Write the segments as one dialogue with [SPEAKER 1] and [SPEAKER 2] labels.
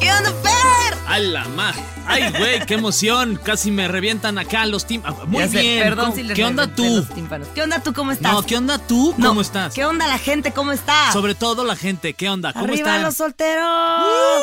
[SPEAKER 1] ¿Qué onda, Fer?
[SPEAKER 2] ¡A la ma! ¡Ay, güey! ¡Qué emoción! Casi me revientan acá los tímpanos. Muy
[SPEAKER 1] Ya sé,
[SPEAKER 2] bien.
[SPEAKER 1] Perdón
[SPEAKER 2] ¿Cómo-
[SPEAKER 1] si les
[SPEAKER 2] ¿Qué onda
[SPEAKER 1] reventé
[SPEAKER 2] tú?
[SPEAKER 1] los tímpanos. ¿Qué onda tú? ¿Cómo estás?
[SPEAKER 2] No, ¿qué onda tú?
[SPEAKER 1] No,
[SPEAKER 2] ¿Cómo estás?
[SPEAKER 1] ¿Qué onda la gente? ¿Cómo está?
[SPEAKER 2] Sobre todo la gente, ¿qué onda? ¿Cómo
[SPEAKER 1] ¡Arriba
[SPEAKER 2] están?
[SPEAKER 1] los solteros!
[SPEAKER 2] Ah,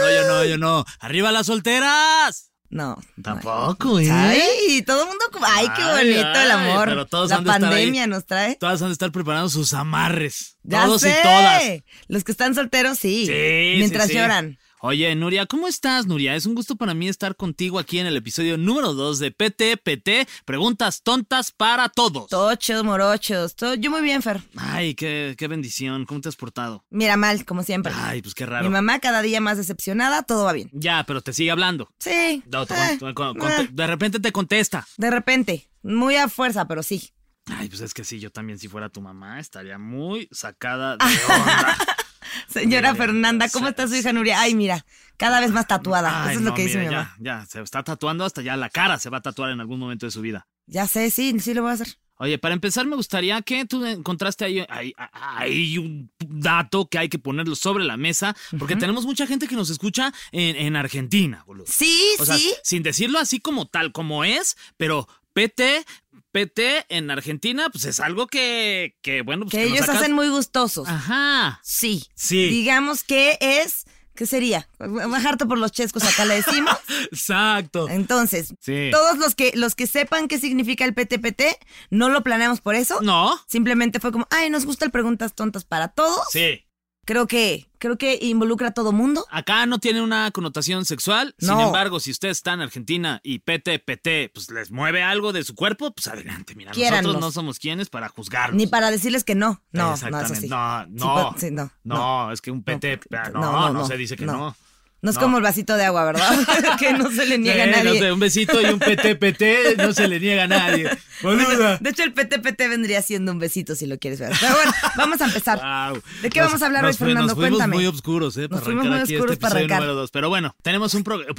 [SPEAKER 2] no, yo no, yo no. ¡Arriba las solteras!
[SPEAKER 1] No.
[SPEAKER 2] Tampoco, ¿eh?
[SPEAKER 1] Ay, todo el mundo. Ay, qué bonito
[SPEAKER 2] Ay,
[SPEAKER 1] el amor.
[SPEAKER 2] pero todos
[SPEAKER 1] la
[SPEAKER 2] han de estar ahí.
[SPEAKER 1] pandemia nos trae.
[SPEAKER 2] Todas han de estar preparando sus amarres.
[SPEAKER 1] Ya
[SPEAKER 2] todos
[SPEAKER 1] sé.
[SPEAKER 2] y todas.
[SPEAKER 1] Los que están solteros, sí.
[SPEAKER 2] Sí,
[SPEAKER 1] Mientras
[SPEAKER 2] sí, sí.
[SPEAKER 1] lloran.
[SPEAKER 2] Oye, Nuria, ¿cómo estás, Nuria? Es un gusto para mí estar contigo aquí en el episodio número 2 de PTPT, Preguntas Tontas para Todos.
[SPEAKER 1] Tochos, morochos. Todo. Yo muy bien, Fer.
[SPEAKER 2] Ay, qué, qué bendición. ¿Cómo te has portado?
[SPEAKER 1] Mira mal, como siempre.
[SPEAKER 2] Ay, pues qué raro.
[SPEAKER 1] Mi mamá cada día más decepcionada, todo va bien.
[SPEAKER 2] Ya, pero te sigue hablando.
[SPEAKER 1] Sí.
[SPEAKER 2] No, te-
[SPEAKER 1] Eh,
[SPEAKER 2] con- con-
[SPEAKER 1] eh,
[SPEAKER 2] de repente te contesta.
[SPEAKER 1] De repente. Muy a fuerza, pero sí.
[SPEAKER 2] Ay, pues es que sí, yo también si fuera tu mamá estaría muy sacada de
[SPEAKER 1] Ah,
[SPEAKER 2] onda.
[SPEAKER 1] Señora
[SPEAKER 2] Mira,
[SPEAKER 1] Fernanda, ¿cómo
[SPEAKER 2] se-
[SPEAKER 1] está su hija Nuria? Ay, mira, cada vez más tatuada.
[SPEAKER 2] Ay,
[SPEAKER 1] Eso es lo
[SPEAKER 2] no,
[SPEAKER 1] que dice
[SPEAKER 2] mira,
[SPEAKER 1] mi mamá.
[SPEAKER 2] Ya, ya, se está tatuando hasta ya la cara, se va a tatuar en algún momento de su vida.
[SPEAKER 1] Ya. sé, sí, sí lo voy a hacer.
[SPEAKER 2] Oye, para empezar me gustaría que tú encontraste ahí, ahí- ahí un dato que hay que ponerlo sobre la mesa, porque tenemos mucha gente que nos escucha en, en Argentina, boludo.
[SPEAKER 1] Sí,
[SPEAKER 2] O sea,
[SPEAKER 1] sí.
[SPEAKER 2] sin decirlo así como tal como es, pero PT, PT en Argentina, pues es algo que, que bueno, pues
[SPEAKER 1] que
[SPEAKER 2] que nos
[SPEAKER 1] ellos
[SPEAKER 2] acá-
[SPEAKER 1] hacen muy gustosos.
[SPEAKER 2] Ajá.
[SPEAKER 1] Sí.
[SPEAKER 2] Sí.
[SPEAKER 1] Digamos que es, ¿qué sería? Bajarte por los chescos, acá le decimos.
[SPEAKER 2] Exacto.
[SPEAKER 1] Eh, Entonces,
[SPEAKER 2] Sí.
[SPEAKER 1] todos los que, los que sepan qué significa el PTPT, no lo planeamos por eso.
[SPEAKER 2] No.
[SPEAKER 1] Simplemente fue como, ay, nos gustan preguntas tontas para todos.
[SPEAKER 2] Sí.
[SPEAKER 1] Creo que, creo que involucra a todo mundo.
[SPEAKER 2] Acá no tiene una connotación sexual. Sin
[SPEAKER 1] No.
[SPEAKER 2] embargo, si usted está en Argentina y PT, PT, pues les mueve algo de su cuerpo, pues adelante. Mira,
[SPEAKER 1] Quiéranlos.
[SPEAKER 2] nosotros no somos quienes para juzgarlos.
[SPEAKER 1] Ni para decirles que no. No, no, eso
[SPEAKER 2] Exactamente.
[SPEAKER 1] sí.
[SPEAKER 2] No,
[SPEAKER 1] Sí,
[SPEAKER 2] no,
[SPEAKER 1] pa- sí, no,
[SPEAKER 2] no, es que un PT, ah, no,
[SPEAKER 1] no,
[SPEAKER 2] no,
[SPEAKER 1] no, no,
[SPEAKER 2] se dice que
[SPEAKER 1] no.
[SPEAKER 2] no.
[SPEAKER 1] No es
[SPEAKER 2] No.
[SPEAKER 1] como el vasito de agua, ¿verdad? que no se le niega
[SPEAKER 2] Sí,
[SPEAKER 1] a nadie.
[SPEAKER 2] no sé, un besito y un PT, PT, no se le niega a nadie. Boluda.
[SPEAKER 1] De hecho, el PTPT vendría siendo un besito si lo quieres ver. Pero bueno, vamos a empezar.
[SPEAKER 2] Guau.
[SPEAKER 1] ¿De qué
[SPEAKER 2] Nos-
[SPEAKER 1] vamos a hablar
[SPEAKER 2] nos
[SPEAKER 1] hoy,
[SPEAKER 2] fue-
[SPEAKER 1] Fernando?
[SPEAKER 2] Nos fuimos
[SPEAKER 1] Cuéntame.
[SPEAKER 2] muy oscuros, ¿eh? Para
[SPEAKER 1] Nos fuimos
[SPEAKER 2] arrancar
[SPEAKER 1] muy
[SPEAKER 2] aquí
[SPEAKER 1] oscuros
[SPEAKER 2] este
[SPEAKER 1] para
[SPEAKER 2] episodio
[SPEAKER 1] arrancar.
[SPEAKER 2] número 2. Pero bueno, tenemos un prog-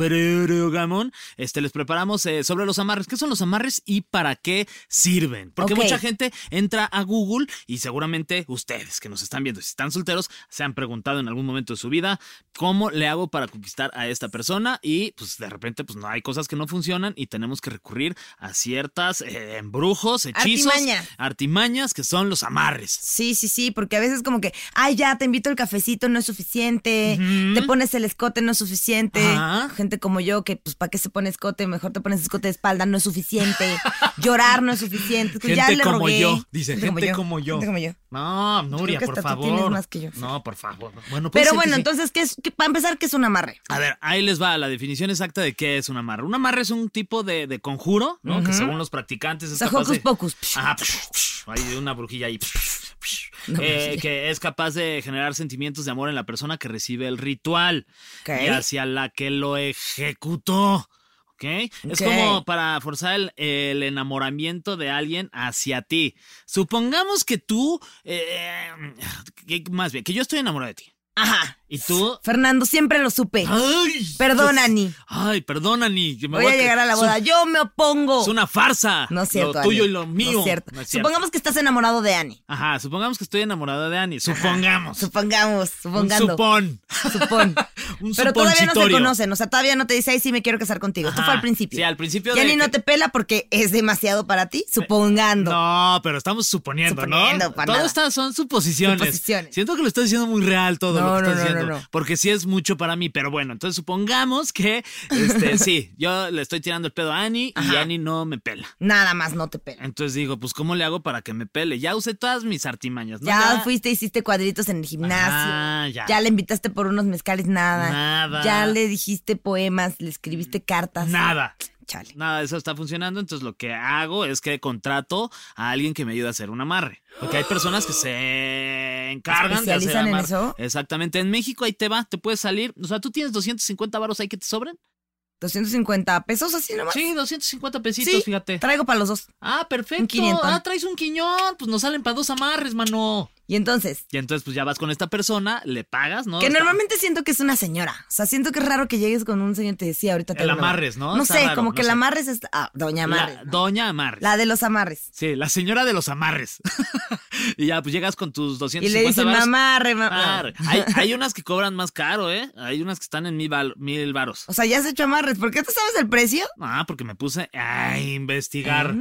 [SPEAKER 2] programa. Este, les preparamos eh, sobre los amarres. ¿Qué son los amarres y para qué sirven? Porque
[SPEAKER 1] Ok.
[SPEAKER 2] mucha gente entra a Google y seguramente ustedes que nos están viendo, si están solteros, se han preguntado en algún momento de su vida cómo le hago para conquistar a esta persona y pues de repente pues no hay cosas que no funcionan y tenemos que recurrir a ciertas eh, embrujos, hechizos,
[SPEAKER 1] Artimaña.
[SPEAKER 2] artimañas que son los amarres.
[SPEAKER 1] Sí, sí, sí, porque a veces como que, ay, ya, te invito el cafecito, no es suficiente, te pones el escote, no es suficiente.
[SPEAKER 2] Ajá.
[SPEAKER 1] Gente como yo que, pues, ¿para qué se pone escote? Mejor te pones escote de espalda, no es suficiente. Llorar no es suficiente. Pues, ya
[SPEAKER 2] Gente
[SPEAKER 1] le
[SPEAKER 2] como
[SPEAKER 1] rogué.
[SPEAKER 2] yo, dice, gente como yo.
[SPEAKER 1] Gente
[SPEAKER 2] Pues
[SPEAKER 1] como yo.
[SPEAKER 2] No, Nuria,
[SPEAKER 1] que
[SPEAKER 2] por
[SPEAKER 1] hasta tú
[SPEAKER 2] favor.
[SPEAKER 1] tienes más que yo.
[SPEAKER 2] No, por favor. Bueno, puede
[SPEAKER 1] Pero
[SPEAKER 2] ser que
[SPEAKER 1] bueno,
[SPEAKER 2] sí.
[SPEAKER 1] entonces, ¿qué es, qué- para empezar, ¿qué es un amarre?
[SPEAKER 2] A ver, ahí les va la definición exacta de qué es un amarre. Un amarre es un tipo de, de conjuro, ¿no? Que según los practicantes es
[SPEAKER 1] O sea,
[SPEAKER 2] capaz
[SPEAKER 1] hocus
[SPEAKER 2] de-
[SPEAKER 1] pocus.
[SPEAKER 2] Ajá, hay una brujilla ahí.
[SPEAKER 1] Una
[SPEAKER 2] Eh,
[SPEAKER 1] brujilla.
[SPEAKER 2] que es capaz de generar sentimientos de amor en la persona que recibe el ritual
[SPEAKER 1] Ok.
[SPEAKER 2] y hacia la que lo ejecutó. ¿ok? Es
[SPEAKER 1] Ok.
[SPEAKER 2] como para forzar el, el enamoramiento de alguien hacia ti. Supongamos que tú, eh, que- más bien, que yo estoy enamorado de ti
[SPEAKER 1] Ajá.
[SPEAKER 2] y tú.
[SPEAKER 1] Fernando, siempre lo supe.
[SPEAKER 2] Ay,
[SPEAKER 1] Perdón,
[SPEAKER 2] Dios.
[SPEAKER 1] Ani.
[SPEAKER 2] Ay, perdón, Ani. que Ah, me
[SPEAKER 1] Voy, a
[SPEAKER 2] que-
[SPEAKER 1] llegar a la
[SPEAKER 2] es
[SPEAKER 1] boda.
[SPEAKER 2] un-
[SPEAKER 1] Yo me opongo.
[SPEAKER 2] Es una farsa.
[SPEAKER 1] No es cierto.
[SPEAKER 2] Lo tuyo
[SPEAKER 1] Ani.
[SPEAKER 2] y lo
[SPEAKER 1] No
[SPEAKER 2] mío.
[SPEAKER 1] es cierto.
[SPEAKER 2] No es cierto.
[SPEAKER 1] Supongamos que estás enamorado de Ani.
[SPEAKER 2] Ajá, supongamos que estoy enamorada de Ani. Supongamos.
[SPEAKER 1] Supongamos,
[SPEAKER 2] Un
[SPEAKER 1] supongando.
[SPEAKER 2] supón.
[SPEAKER 1] Supón.
[SPEAKER 2] Un
[SPEAKER 1] Pero todavía no se
[SPEAKER 2] suponchitorio.
[SPEAKER 1] conocen, o sea, todavía no te dice, ay, sí, me quiero casar contigo. Esto
[SPEAKER 2] Ajá.
[SPEAKER 1] fue al principio.
[SPEAKER 2] Sí, al principio
[SPEAKER 1] Y
[SPEAKER 2] de
[SPEAKER 1] Ani
[SPEAKER 2] que-
[SPEAKER 1] no te pela porque es demasiado para ti, supongando.
[SPEAKER 2] No, pero estamos suponiendo,
[SPEAKER 1] Suponiendo,
[SPEAKER 2] ¿no?
[SPEAKER 1] para
[SPEAKER 2] Todo
[SPEAKER 1] nada.
[SPEAKER 2] está, son suposiciones.
[SPEAKER 1] Suposiciones.
[SPEAKER 2] Siento que lo estás diciendo muy real todo
[SPEAKER 1] No,
[SPEAKER 2] lo que
[SPEAKER 1] no, no,
[SPEAKER 2] estás
[SPEAKER 1] no,
[SPEAKER 2] diciendo.
[SPEAKER 1] no.
[SPEAKER 2] Porque sí es mucho para mí, pero bueno, entonces supongamos que, este, sí, yo le estoy tirando el pedo a Ani y Ani no me pela.
[SPEAKER 1] Nada más no te pela.
[SPEAKER 2] Entonces digo, pues, ¿cómo le hago para que me pele? Ya usé todas mis artimañas, ¿no?
[SPEAKER 1] Ya fuiste, hiciste cuadritos en el gimnasio.
[SPEAKER 2] Ah, ya.
[SPEAKER 1] le invitaste por unos mezcales, nada. nada.
[SPEAKER 2] Nada.
[SPEAKER 1] Ya le dijiste poemas, le escribiste cartas.
[SPEAKER 2] Nada.
[SPEAKER 1] Chale.
[SPEAKER 2] Nada de eso está funcionando, entonces lo que hago es que contrato a alguien que me ayude a hacer un amarre. Porque hay personas que se encargan de hacer
[SPEAKER 1] ¿Especializan en
[SPEAKER 2] amarre.
[SPEAKER 1] eso?
[SPEAKER 2] Exactamente, en México ahí te va, te puedes salir, o sea, tú tienes 250 varos ahí que te sobren.
[SPEAKER 1] 250 pesos así nomás.
[SPEAKER 2] Sí, 250 pesitos,
[SPEAKER 1] Sí,
[SPEAKER 2] fíjate.
[SPEAKER 1] Traigo para los dos.
[SPEAKER 2] Ah, perfecto.
[SPEAKER 1] Un quinientón.
[SPEAKER 2] ah, traes un quiñón, pues nos salen para dos amarres, mano.
[SPEAKER 1] Y entonces,
[SPEAKER 2] Y entonces pues ya vas con esta persona, le pagas, ¿no?
[SPEAKER 1] que
[SPEAKER 2] Está-
[SPEAKER 1] normalmente siento que es una señora. O sea, siento que es raro que llegues con un señor y te decía ahorita te
[SPEAKER 2] El
[SPEAKER 1] hago un
[SPEAKER 2] amarres, ¿no?
[SPEAKER 1] No
[SPEAKER 2] Está
[SPEAKER 1] sé,
[SPEAKER 2] raro,
[SPEAKER 1] como
[SPEAKER 2] no
[SPEAKER 1] que el
[SPEAKER 2] sé.
[SPEAKER 1] amarres está. Ah, doña amarres.
[SPEAKER 2] La,
[SPEAKER 1] ¿no?
[SPEAKER 2] doña amarres.
[SPEAKER 1] La de los amarres.
[SPEAKER 2] Sí, la señora de los amarres. y ya pues llegas con tus
[SPEAKER 1] Y
[SPEAKER 2] 250
[SPEAKER 1] le dicen
[SPEAKER 2] varos.
[SPEAKER 1] amarre, mamá.
[SPEAKER 2] Amarre. Hay, hay unas que cobran más caro, ¿eh? Hay unas que están en mil, val- mil varos.
[SPEAKER 1] O sea, ya has hecho amarres. ¿Por qué tú sabes el precio?
[SPEAKER 2] Ah, porque me puse a investigar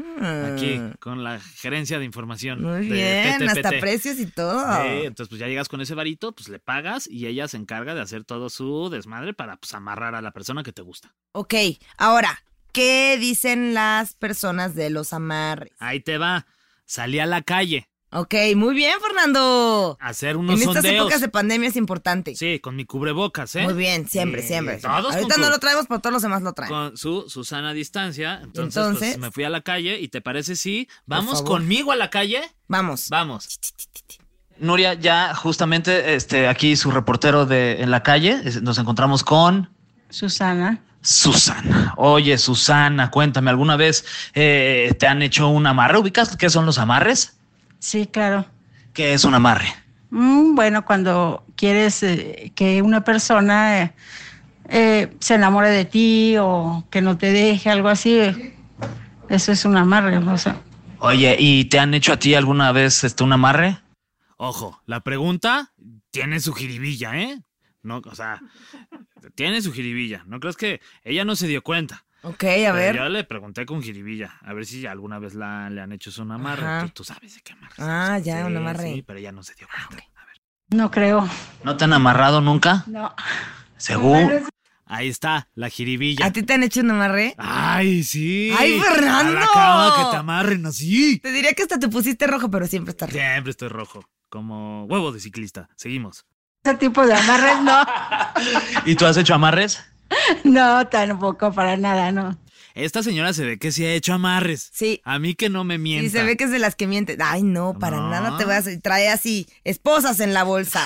[SPEAKER 2] aquí con la gerencia de información.
[SPEAKER 1] Ah, Eh. Muy
[SPEAKER 2] de
[SPEAKER 1] bien,
[SPEAKER 2] TTPT.
[SPEAKER 1] hasta precios y todo.
[SPEAKER 2] Sí, entonces pues ya llegas con ese varito, pues le pagas y ella se encarga de hacer todo su desmadre para pues amarrar a la persona que te gusta.
[SPEAKER 1] Ok, ahora, ¿qué dicen las personas de los amarres?
[SPEAKER 2] Ahí te va. Salí a la calle
[SPEAKER 1] Ok, muy bien, Fernando.
[SPEAKER 2] a hacer
[SPEAKER 1] En
[SPEAKER 2] unos
[SPEAKER 1] estas
[SPEAKER 2] sondeos.
[SPEAKER 1] épocas de pandemia es importante.
[SPEAKER 2] Sí, con mi cubrebocas, ¿eh?
[SPEAKER 1] Muy bien, siempre,
[SPEAKER 2] Sí,
[SPEAKER 1] siempre.
[SPEAKER 2] todos
[SPEAKER 1] Ahorita
[SPEAKER 2] con
[SPEAKER 1] no
[SPEAKER 2] tu-
[SPEAKER 1] lo traemos, pero todos los demás lo traen.
[SPEAKER 2] Con su Susana distancia. Entonces,
[SPEAKER 1] Entonces-
[SPEAKER 2] pues, me fui a la calle y te parece si vamos
[SPEAKER 1] favor.
[SPEAKER 2] conmigo a la calle.
[SPEAKER 1] Vamos.
[SPEAKER 2] Vamos.
[SPEAKER 1] Ti, ti, ti, ti.
[SPEAKER 2] Nuria, ya justamente este, aquí su reportero de En la calle, es- nos encontramos con
[SPEAKER 3] Susana,
[SPEAKER 2] Susana. Oye, Susana, cuéntame, ¿alguna vez eh, te han hecho un amarre? ¿Ubicas qué son los amarres?
[SPEAKER 3] sí, claro.
[SPEAKER 2] ¿Qué es un amarre?
[SPEAKER 3] Mm, bueno, cuando quieres eh, que una persona eh, eh, se enamore de ti o que no te deje, algo así, eh, eso es un amarre. o sea.
[SPEAKER 2] Oye, ¿y te han hecho a ti alguna vez este, un amarre? Ojo, la pregunta tiene su jiribilla, ¿eh? No, o sea, tiene su jiribilla. No crees que ella no se dio cuenta.
[SPEAKER 1] Ok, a
[SPEAKER 2] Pero
[SPEAKER 1] ver.
[SPEAKER 2] Yo le pregunté con jiribilla, a ver si alguna vez la, le han hecho un amarre.
[SPEAKER 1] Ajá.
[SPEAKER 2] Tú, tú sabes de qué amarre.
[SPEAKER 1] Ah, ya, un
[SPEAKER 2] Sí,
[SPEAKER 1] amarre. Ah,
[SPEAKER 2] Sí, pero ella no se dio cuenta. A ver.
[SPEAKER 3] no creo.
[SPEAKER 2] ¿No te han amarrado nunca?
[SPEAKER 3] No.
[SPEAKER 2] Según. Ahí está, la jiribilla.
[SPEAKER 1] ¿A ti te han hecho un
[SPEAKER 2] Ah.
[SPEAKER 1] amarre?
[SPEAKER 2] ¡Ay, sí!
[SPEAKER 1] ¡Ay,
[SPEAKER 2] A la
[SPEAKER 1] Fernando!
[SPEAKER 2] cama que te amarren así.
[SPEAKER 1] Te diría que hasta te pusiste rojo, pero siempre estás rojo.
[SPEAKER 2] Siempre estoy rojo, como huevo de ciclista. Seguimos.
[SPEAKER 3] Ese tipo de amarres no.
[SPEAKER 2] ¿Y tú has hecho amarres?
[SPEAKER 3] No, tampoco, para nada, no.
[SPEAKER 2] Esta señora se ve que sí ha hecho amarres.
[SPEAKER 1] Sí.
[SPEAKER 2] A mí que no me Ah, mienta.
[SPEAKER 1] Y se ve que es de las que mienten. Ay, no, para
[SPEAKER 2] No.
[SPEAKER 1] nada te vas a trae así esposas en la bolsa.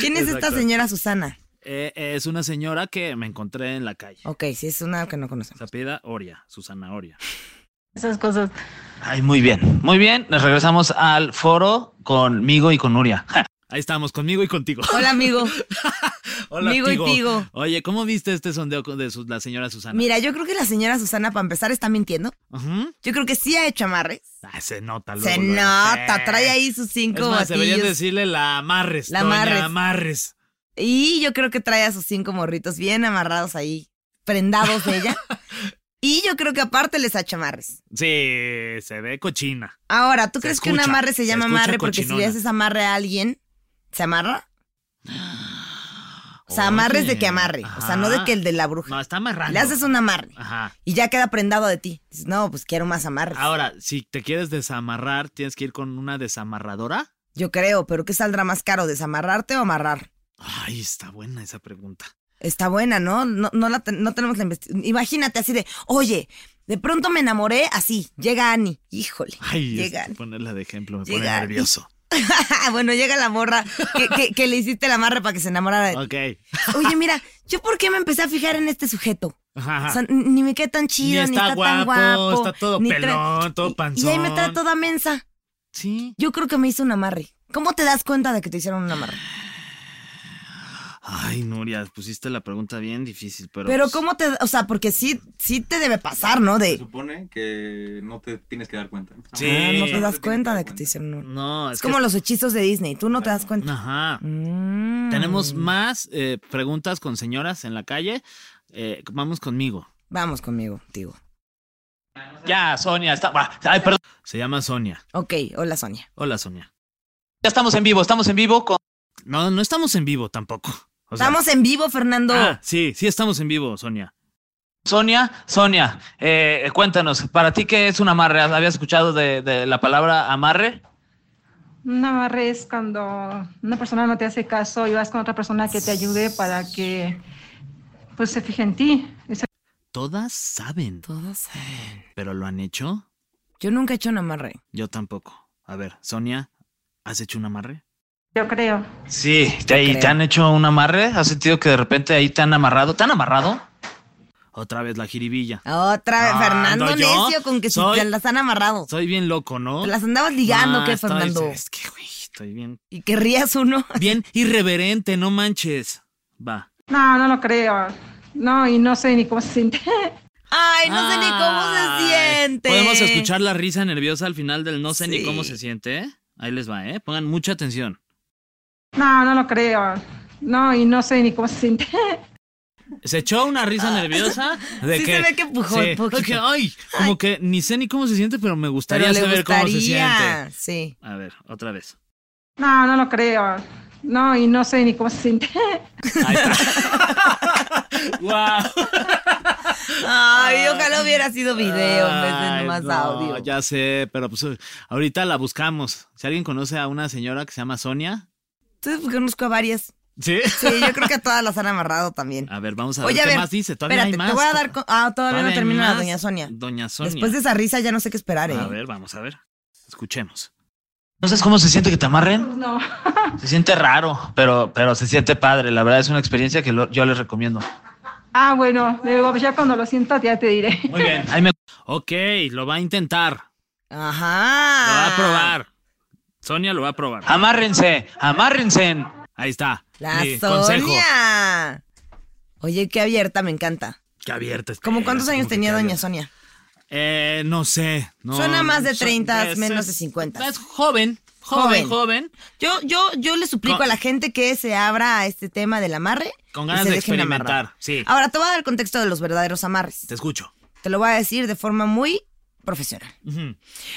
[SPEAKER 1] ¿Quién es esta
[SPEAKER 2] Exacto.
[SPEAKER 1] señora Susana?
[SPEAKER 2] Eh, es una señora que me encontré en la calle.
[SPEAKER 1] Ok, sí, es una que no conocemos.
[SPEAKER 2] Se apellida Oria, Susana Oria.
[SPEAKER 3] Esas cosas.
[SPEAKER 4] Ay, muy bien, muy bien. Nos regresamos al foro conmigo y con Nuria.
[SPEAKER 2] Ahí estamos, conmigo y contigo.
[SPEAKER 1] Hola, amigo.
[SPEAKER 2] Hola,
[SPEAKER 1] Migo y Tigo.
[SPEAKER 2] Oye, ¿cómo viste este sondeo con- de su- la señora Susana?
[SPEAKER 1] Mira, yo creo que la señora Susana, para empezar, está mintiendo.
[SPEAKER 2] Ujú.
[SPEAKER 1] Yo creo que sí ha hecho amarres.
[SPEAKER 2] Ah, se nota, luego,
[SPEAKER 1] Se
[SPEAKER 2] luego.
[SPEAKER 1] nota,
[SPEAKER 2] Sí.
[SPEAKER 1] trae ahí sus
[SPEAKER 2] Es
[SPEAKER 1] cinco
[SPEAKER 2] más, deberías
[SPEAKER 1] batillos.
[SPEAKER 2] decirle la amarres.
[SPEAKER 1] La
[SPEAKER 2] La amarres.
[SPEAKER 1] amarres. Y yo creo que trae a sus cinco morritos bien amarrados ahí, prendados de ella. y yo creo que aparte les ha hecho amarres.
[SPEAKER 2] Sí, se ve cochina.
[SPEAKER 1] Ahora, ¿tú
[SPEAKER 2] Se
[SPEAKER 1] crees que un
[SPEAKER 2] escucha,
[SPEAKER 1] amarre se
[SPEAKER 2] se
[SPEAKER 1] llama
[SPEAKER 2] escucha
[SPEAKER 1] amarre porque si le
[SPEAKER 2] cochinona.
[SPEAKER 1] haces amarre a alguien, ¿se amarra? O sea, amarres de que amarre. O sea, no de que el de la bruja.
[SPEAKER 2] No, Ah. está amarrando.
[SPEAKER 1] Le haces un amarre
[SPEAKER 2] Ajá.
[SPEAKER 1] y ya queda prendado de ti. Dices, no, pues quiero más amarres.
[SPEAKER 2] Ahora, si te quieres desamarrar, tienes que ir con una desamarradora.
[SPEAKER 1] Yo creo, pero ¿qué saldrá más caro, desamarrarte o amarrar?
[SPEAKER 2] Ay, está buena esa pregunta.
[SPEAKER 1] Está buena, ¿no? No, no, la ten- no tenemos la investigación. Imagínate así de, oye, de pronto me enamoré así. Llega Ani. Híjole.
[SPEAKER 2] Ay, es-
[SPEAKER 1] llega.
[SPEAKER 2] ponerla de ejemplo me
[SPEAKER 1] Llega.
[SPEAKER 2] pone nervioso.
[SPEAKER 1] bueno, llega la morra que, que- que le hiciste el amarre para que se enamorara de ti.
[SPEAKER 2] Ok.
[SPEAKER 1] Oye, mira, ¿yo por qué me empecé a fijar en este sujeto?
[SPEAKER 2] Ajá.
[SPEAKER 1] O sea, n- ni me queda tan chido, ni
[SPEAKER 2] Ah. está
[SPEAKER 1] está, tan
[SPEAKER 2] guapo,
[SPEAKER 1] guapo.
[SPEAKER 2] está todo
[SPEAKER 1] ni trae-
[SPEAKER 2] pelón, todo
[SPEAKER 1] Y- Y ahí me trae
[SPEAKER 2] panzón.
[SPEAKER 1] toda mensa.
[SPEAKER 2] sí.
[SPEAKER 1] Yo creo que me hizo un amarre. ¿Cómo te das cuenta de que te hicieron un amarre?
[SPEAKER 2] Ay, Nuria, pusiste la pregunta bien difícil, pero.
[SPEAKER 1] Pero
[SPEAKER 2] pues,
[SPEAKER 1] cómo te, o sea, porque sí, sí te debe pasar, ¿no?
[SPEAKER 5] Se
[SPEAKER 1] De
[SPEAKER 5] supone que no te tienes que dar cuenta.
[SPEAKER 2] Sí.
[SPEAKER 1] ah, no
[SPEAKER 2] Sí,
[SPEAKER 1] te
[SPEAKER 2] no
[SPEAKER 1] das cuenta de que te hicieron un.
[SPEAKER 2] No, es,
[SPEAKER 1] Es, como
[SPEAKER 2] que-
[SPEAKER 1] los hechizos de Disney, tú no te das cuenta.
[SPEAKER 2] Ajá.
[SPEAKER 1] Mm.
[SPEAKER 2] Tenemos más eh, preguntas con señoras en la calle. Eh, vamos conmigo.
[SPEAKER 1] Vamos conmigo, digo.
[SPEAKER 4] Ya, Sonia, está- bah, ay, perdón,
[SPEAKER 2] Se llama Sonia.
[SPEAKER 1] Ok, hola Sonia.
[SPEAKER 2] Hola, Sonia.
[SPEAKER 4] ya estamos en vivo, estamos en vivo con
[SPEAKER 2] No, no estamos en vivo tampoco. O sea-
[SPEAKER 1] Estamos en vivo, Fernando.
[SPEAKER 2] Ah, sí, sí estamos en vivo, Sonia.
[SPEAKER 4] Sonia. Sonia, eh, cuéntanos, ¿para ti qué es un amarre? ¿Habías escuchado de, de la palabra amarre?
[SPEAKER 6] Una amarre es cuando una persona no te hace caso y vas con otra persona que te ayude para que pues se fije en ti. Esa-
[SPEAKER 2] Todas saben,
[SPEAKER 1] Todas saben.
[SPEAKER 2] pero lo han hecho.
[SPEAKER 1] Yo nunca he hecho un amarre.
[SPEAKER 2] Yo tampoco. A ver, Sonia, ¿has hecho un amarre?
[SPEAKER 6] Yo creo.
[SPEAKER 4] Sí, te, y te
[SPEAKER 1] creo.
[SPEAKER 4] han hecho un amarre. ¿Has sentido que de repente ahí te han amarrado? ¿Te han amarrado?
[SPEAKER 2] Otra vez la jiribilla.
[SPEAKER 1] Otra vez,
[SPEAKER 2] Ah,
[SPEAKER 1] Fernando
[SPEAKER 2] ¿ando yo?
[SPEAKER 1] Necio, con que si
[SPEAKER 2] Soy-
[SPEAKER 1] te las han amarrado.
[SPEAKER 2] Soy bien loco, ¿no?
[SPEAKER 1] Te las andabas ligando,
[SPEAKER 2] Ah,
[SPEAKER 1] ¿qué,
[SPEAKER 2] estoy-
[SPEAKER 1] Fernando?
[SPEAKER 2] Es que, güey, estoy bien.
[SPEAKER 1] Y querrías uno.
[SPEAKER 2] Bien irreverente, no manches. Va.
[SPEAKER 6] No, no lo creo. No, y no sé ni cómo se siente.
[SPEAKER 1] Ay, no sé ni cómo se
[SPEAKER 2] Ay.
[SPEAKER 1] siente.
[SPEAKER 2] Podemos escuchar la risa nerviosa al final del no sé ni
[SPEAKER 1] Sí.
[SPEAKER 2] cómo se siente. ¿eh? Ahí les va, ¿eh? Pongan mucha atención.
[SPEAKER 6] No, no lo creo. No, y no sé ni cómo se siente.
[SPEAKER 2] Se echó una risa nerviosa de
[SPEAKER 1] Ah. Sí
[SPEAKER 2] que.
[SPEAKER 1] se ve que pujó un poquito.
[SPEAKER 2] de que, ay, como que ni sé ni cómo se siente, pero me
[SPEAKER 1] Pero
[SPEAKER 2] gustaría
[SPEAKER 1] le
[SPEAKER 2] saber cómo se siente.
[SPEAKER 1] gustaría. Sí.
[SPEAKER 2] A ver, otra vez.
[SPEAKER 6] No, no lo creo. No, y no sé ni cómo se siente.
[SPEAKER 2] Ahí está. wow.
[SPEAKER 1] Ay, ojalá hubiera sido video en vez de
[SPEAKER 2] Ah. Ay,
[SPEAKER 1] nomás
[SPEAKER 2] no,
[SPEAKER 1] audio.
[SPEAKER 2] Ya sé, pero pues eh, ahorita la buscamos. Si alguien conoce a una señora que se llama Sonia.
[SPEAKER 1] Entonces, porque conozco a varias.
[SPEAKER 2] Sí.
[SPEAKER 1] Sí, yo creo que a todas las han amarrado también.
[SPEAKER 2] A ver, vamos a ver
[SPEAKER 1] Oye,
[SPEAKER 2] qué
[SPEAKER 1] a ver.
[SPEAKER 2] más dice. Todavía
[SPEAKER 1] Espérate,
[SPEAKER 2] hay más.
[SPEAKER 1] te voy a dar. co- Ah, todavía, no
[SPEAKER 2] Todavía hay
[SPEAKER 1] termina la
[SPEAKER 2] más.
[SPEAKER 1] doña Sonia.
[SPEAKER 2] Doña Sonia.
[SPEAKER 1] Después de esa risa ya no sé qué esperar, ¿eh?
[SPEAKER 2] A ver, vamos a ver. Escuchemos.
[SPEAKER 4] ¿No sabes cómo se siente que te amarren?
[SPEAKER 6] No.
[SPEAKER 4] Se siente raro, pero, pero se siente padre. La verdad es una experiencia que lo- yo les recomiendo.
[SPEAKER 6] Ah, bueno, luego ya cuando lo sientas ya te diré.
[SPEAKER 4] Muy bien. Ahí me
[SPEAKER 2] Ok, lo va a intentar. Lo
[SPEAKER 1] Ajá.
[SPEAKER 2] va a probar. Sonia lo va a probar.
[SPEAKER 4] Amárrense, amárrense.
[SPEAKER 2] Ahí está.
[SPEAKER 1] La
[SPEAKER 2] mi consejo.
[SPEAKER 1] Sonia. Oye, qué abierta, me encanta.
[SPEAKER 2] Que abierta.
[SPEAKER 1] ¿Cómo
[SPEAKER 2] espera,
[SPEAKER 1] cuántos
[SPEAKER 2] ¿cómo
[SPEAKER 1] años
[SPEAKER 2] que
[SPEAKER 1] tenía
[SPEAKER 2] qué
[SPEAKER 1] doña
[SPEAKER 2] abierta?
[SPEAKER 1] Sonia?
[SPEAKER 2] Eh, no sé. no,
[SPEAKER 1] Suena más de
[SPEAKER 2] so-
[SPEAKER 1] 30,
[SPEAKER 2] es-
[SPEAKER 1] menos
[SPEAKER 2] es-
[SPEAKER 1] de 50.
[SPEAKER 2] Es joven,
[SPEAKER 1] Joven.
[SPEAKER 2] joven, joven.
[SPEAKER 1] Yo, yo, yo le suplico
[SPEAKER 2] Con-
[SPEAKER 1] a la gente que se abra a este tema del amarre.
[SPEAKER 2] Con
[SPEAKER 1] y
[SPEAKER 2] ganas
[SPEAKER 1] se
[SPEAKER 2] de
[SPEAKER 1] dejen amarrar.
[SPEAKER 2] experimentar. Sí,
[SPEAKER 1] Ahora te voy a dar el contexto de los verdaderos amarres.
[SPEAKER 2] te escucho.
[SPEAKER 1] Te lo voy a decir de forma muy profesional.
[SPEAKER 2] Ujú.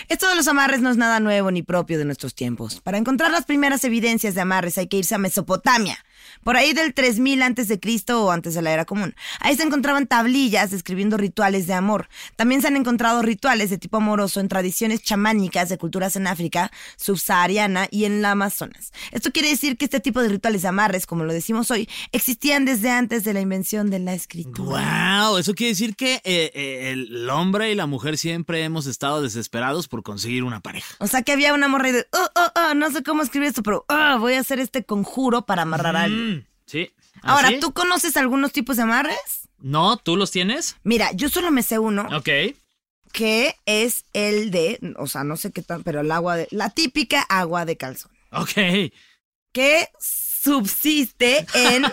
[SPEAKER 1] Esto de los amarres no es nada nuevo ni propio de nuestros tiempos. Para encontrar las primeras evidencias de amarres hay que irse a Mesopotamia, por ahí del 3000 antes de Cristo o antes de la era común. Ahí se encontraban tablillas describiendo rituales de amor. También se han encontrado rituales de tipo amoroso en tradiciones chamánicas de culturas en África subsahariana y en la Amazonas. Esto quiere decir que este tipo de rituales de amarres, como lo decimos hoy, existían desde antes de la invención de la escritura.
[SPEAKER 2] Wow, eso quiere decir que eh, eh, el hombre y la mujer siempre hemos estado desesperados por conseguir una pareja.
[SPEAKER 1] O sea que había una morra y de, oh, oh, oh, no sé cómo escribir esto, pero ah, voy a hacer este conjuro para amarrar a alguien.
[SPEAKER 2] Mm, Sí.
[SPEAKER 1] Ahora,
[SPEAKER 2] ¿Así?
[SPEAKER 1] ¿tú conoces algunos tipos de amarres?
[SPEAKER 2] No, ¿tú los tienes?
[SPEAKER 1] Mira, yo solo me sé uno,
[SPEAKER 2] Ok.
[SPEAKER 1] que es el de, o sea, no sé qué tan, pero el agua de, la típica agua de calzón,
[SPEAKER 2] Ok.
[SPEAKER 1] que subsiste en,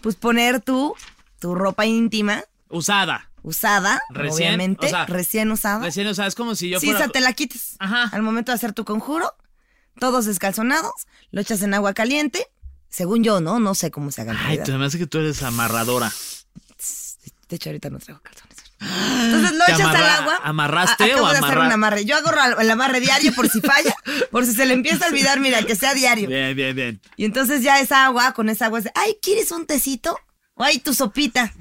[SPEAKER 1] pues, poner tu, tu ropa íntima
[SPEAKER 2] Usada.
[SPEAKER 1] usada,
[SPEAKER 2] Recién,
[SPEAKER 1] obviamente,
[SPEAKER 2] o sea,
[SPEAKER 1] recién usada.
[SPEAKER 2] Recién, o sea, es como si yo
[SPEAKER 1] Ah. sí,
[SPEAKER 2] fuera.
[SPEAKER 1] esa te la quitas.
[SPEAKER 2] Ajá.
[SPEAKER 1] Al momento de hacer tu conjuro, todos descalzonados, lo echas en agua caliente. Según yo, ¿no? No sé cómo se haga en
[SPEAKER 2] Ay,
[SPEAKER 1] realidad.
[SPEAKER 2] te me hace que tú eres amarradora.
[SPEAKER 1] De hecho, ahorita no traigo calzones. Entonces lo
[SPEAKER 2] ¿Te
[SPEAKER 1] echas
[SPEAKER 2] amarra-
[SPEAKER 1] al agua.
[SPEAKER 2] amarraste
[SPEAKER 1] A- acabo
[SPEAKER 2] o
[SPEAKER 1] de hacer
[SPEAKER 2] amarra-
[SPEAKER 1] un amarre. Yo agarro al- el amarre diario por si falla, por si se le empieza a olvidar, mira, que sea diario.
[SPEAKER 2] Bien, bien, bien.
[SPEAKER 1] Y entonces ya esa agua, con esa agua, es de, ay, ¿quieres un tecito? O ay, tu sopita.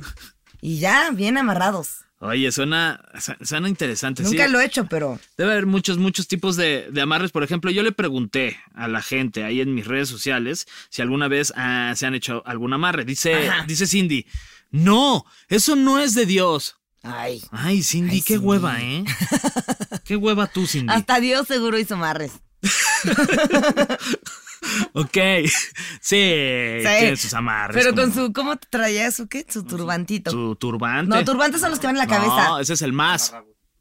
[SPEAKER 1] Y ya, bien amarrados.
[SPEAKER 2] Oye, suena, su- suena interesante. sí.
[SPEAKER 1] Nunca lo he hecho, pero
[SPEAKER 2] Debe haber muchos, muchos tipos de, de amarres. Por ejemplo, yo le pregunté a la gente ahí en mis redes sociales si alguna vez ah, se han hecho algún amarre. Dice,
[SPEAKER 1] Ajá.
[SPEAKER 2] dice Cindy, no, eso no es de Dios.
[SPEAKER 1] ay.
[SPEAKER 2] Ay, Cindy,
[SPEAKER 1] Ay,
[SPEAKER 2] qué
[SPEAKER 1] Cindy.
[SPEAKER 2] hueva, ¿eh? qué hueva tú, Cindy.
[SPEAKER 1] Hasta Dios seguro hizo amarres.
[SPEAKER 2] Ok, sí, tiene sus amarres.
[SPEAKER 1] Pero
[SPEAKER 2] como
[SPEAKER 1] con su, ¿cómo te traía eso? ¿Qué? Su turbantito.
[SPEAKER 2] su turbante.
[SPEAKER 1] No, turbantes son los que van en la cabeza.
[SPEAKER 2] No, ese es el más.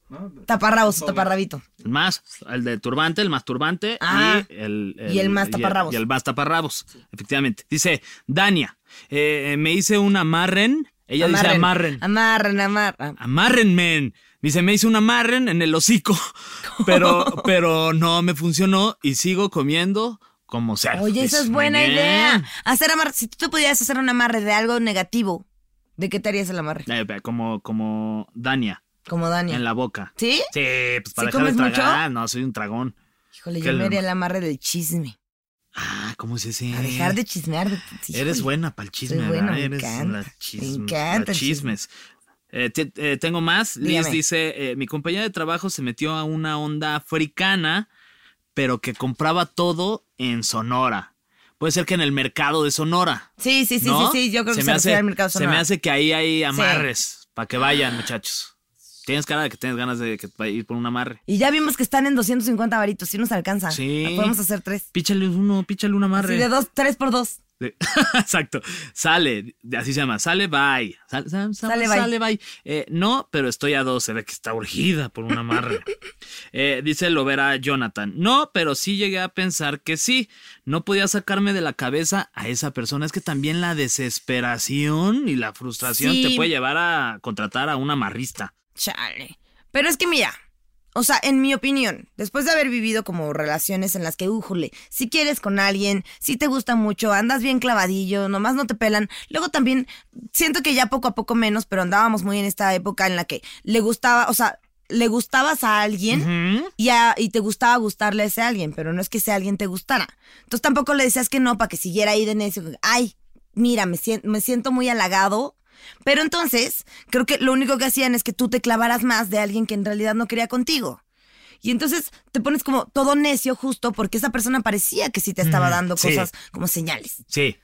[SPEAKER 5] ¿no?
[SPEAKER 1] Taparrabos, su taparrabito.
[SPEAKER 2] El más, el de turbante, el más turbante
[SPEAKER 1] Ah,
[SPEAKER 2] y, el,
[SPEAKER 1] y el más taparrabos.
[SPEAKER 2] Y el, más taparrabos, efectivamente. Dice, Dania, eh, eh, me hice un amarren. Ella dice amarren.
[SPEAKER 1] Ah. Amarren, amarren.
[SPEAKER 2] Amarren, men. Dice, me hice un amarren en el hocico. Pero, pero no me funcionó y sigo comiendo como sea.
[SPEAKER 1] Oye, esa es buena
[SPEAKER 2] Ah, pues, Muy bien.
[SPEAKER 1] idea. Hacer amarre. Si tú te pudieras hacer un amarre de algo negativo, ¿de qué te harías el amarre?
[SPEAKER 2] Eh, eh, como, como Dania,
[SPEAKER 1] Como Dania.
[SPEAKER 2] en la boca.
[SPEAKER 1] ¿Sí?
[SPEAKER 2] Sí, pues
[SPEAKER 1] ¿Sí
[SPEAKER 2] para dejar de
[SPEAKER 1] comes mucho?
[SPEAKER 2] tragar. No, soy un dragón.
[SPEAKER 1] Híjole,
[SPEAKER 2] ¿Qué
[SPEAKER 1] yo
[SPEAKER 2] le-
[SPEAKER 1] me haría el amarre del chisme.
[SPEAKER 2] Ah, ¿cómo se dice?
[SPEAKER 1] Para dejar de chismear. de-
[SPEAKER 2] Eres
[SPEAKER 1] híjole.
[SPEAKER 2] buena para el chisme,
[SPEAKER 1] Soy
[SPEAKER 2] ¿verdad?
[SPEAKER 1] buena, me
[SPEAKER 2] Eres
[SPEAKER 1] encanta.
[SPEAKER 2] la chism-
[SPEAKER 1] Me encanta
[SPEAKER 2] la
[SPEAKER 1] el
[SPEAKER 2] chismes. Eh, te- eh, tengo más. Liz
[SPEAKER 1] Dígame.
[SPEAKER 2] dice, eh, mi compañera de trabajo se metió a una onda africana, pero que compraba todo en Sonora. Puede ser que en el mercado de Sonora.
[SPEAKER 1] Sí, sí, sí,
[SPEAKER 2] ¿no?
[SPEAKER 1] sí, sí, yo creo que se,
[SPEAKER 2] me
[SPEAKER 1] refiere
[SPEAKER 2] hace,
[SPEAKER 1] al mercado
[SPEAKER 2] se
[SPEAKER 1] Sonora. Ah.
[SPEAKER 2] me hace que ahí hay amarres para que vayan, muchachos. Tienes cara de que tienes ganas de que va a ir por un amarre.
[SPEAKER 1] Y ya vimos que están en 250 varitos, si nos alcanza.
[SPEAKER 2] Sí.
[SPEAKER 1] Podemos hacer tres.
[SPEAKER 2] Píchale uno, píchale un amarre.
[SPEAKER 1] Sí, de dos, tres por dos.
[SPEAKER 2] De- Exacto. Sale, así se llama. Sale, bye. Sale, sal- sal-
[SPEAKER 1] Sale,
[SPEAKER 2] sale,
[SPEAKER 1] bye.
[SPEAKER 2] bye. Eh, no, pero estoy a dos. Se ve que está urgida por una amarre. Eh, dice Lovera Jonathan. No, pero sí llegué a pensar que sí. No podía sacarme de la cabeza a esa persona. Es que también la desesperación y la frustración
[SPEAKER 1] Sí.
[SPEAKER 2] te puede llevar a contratar a un amarrista.
[SPEAKER 1] Chale. Pero es que mira, o sea, en mi opinión, después de haber vivido como relaciones en las que, újole, si quieres con alguien, si te gusta mucho, andas bien clavadillo, nomás no te pelan. Luego también, siento que ya poco a poco menos, pero andábamos muy en esta época en la que le gustaba, o sea, le gustabas a alguien
[SPEAKER 2] Ujú.
[SPEAKER 1] y, a- y te gustaba gustarle a ese alguien, pero no es que ese alguien te gustara. Entonces tampoco le decías que no para que siguiera ahí de necio. Ay, mira, me, sien- me siento muy halagado. Pero entonces, creo que lo único que hacían es que tú te clavaras más de alguien que en realidad no quería contigo. Y entonces te pones como todo necio justo porque esa persona parecía que sí te estaba
[SPEAKER 2] Mm,
[SPEAKER 1] dando
[SPEAKER 2] sí.
[SPEAKER 1] cosas como señales.
[SPEAKER 2] Sí.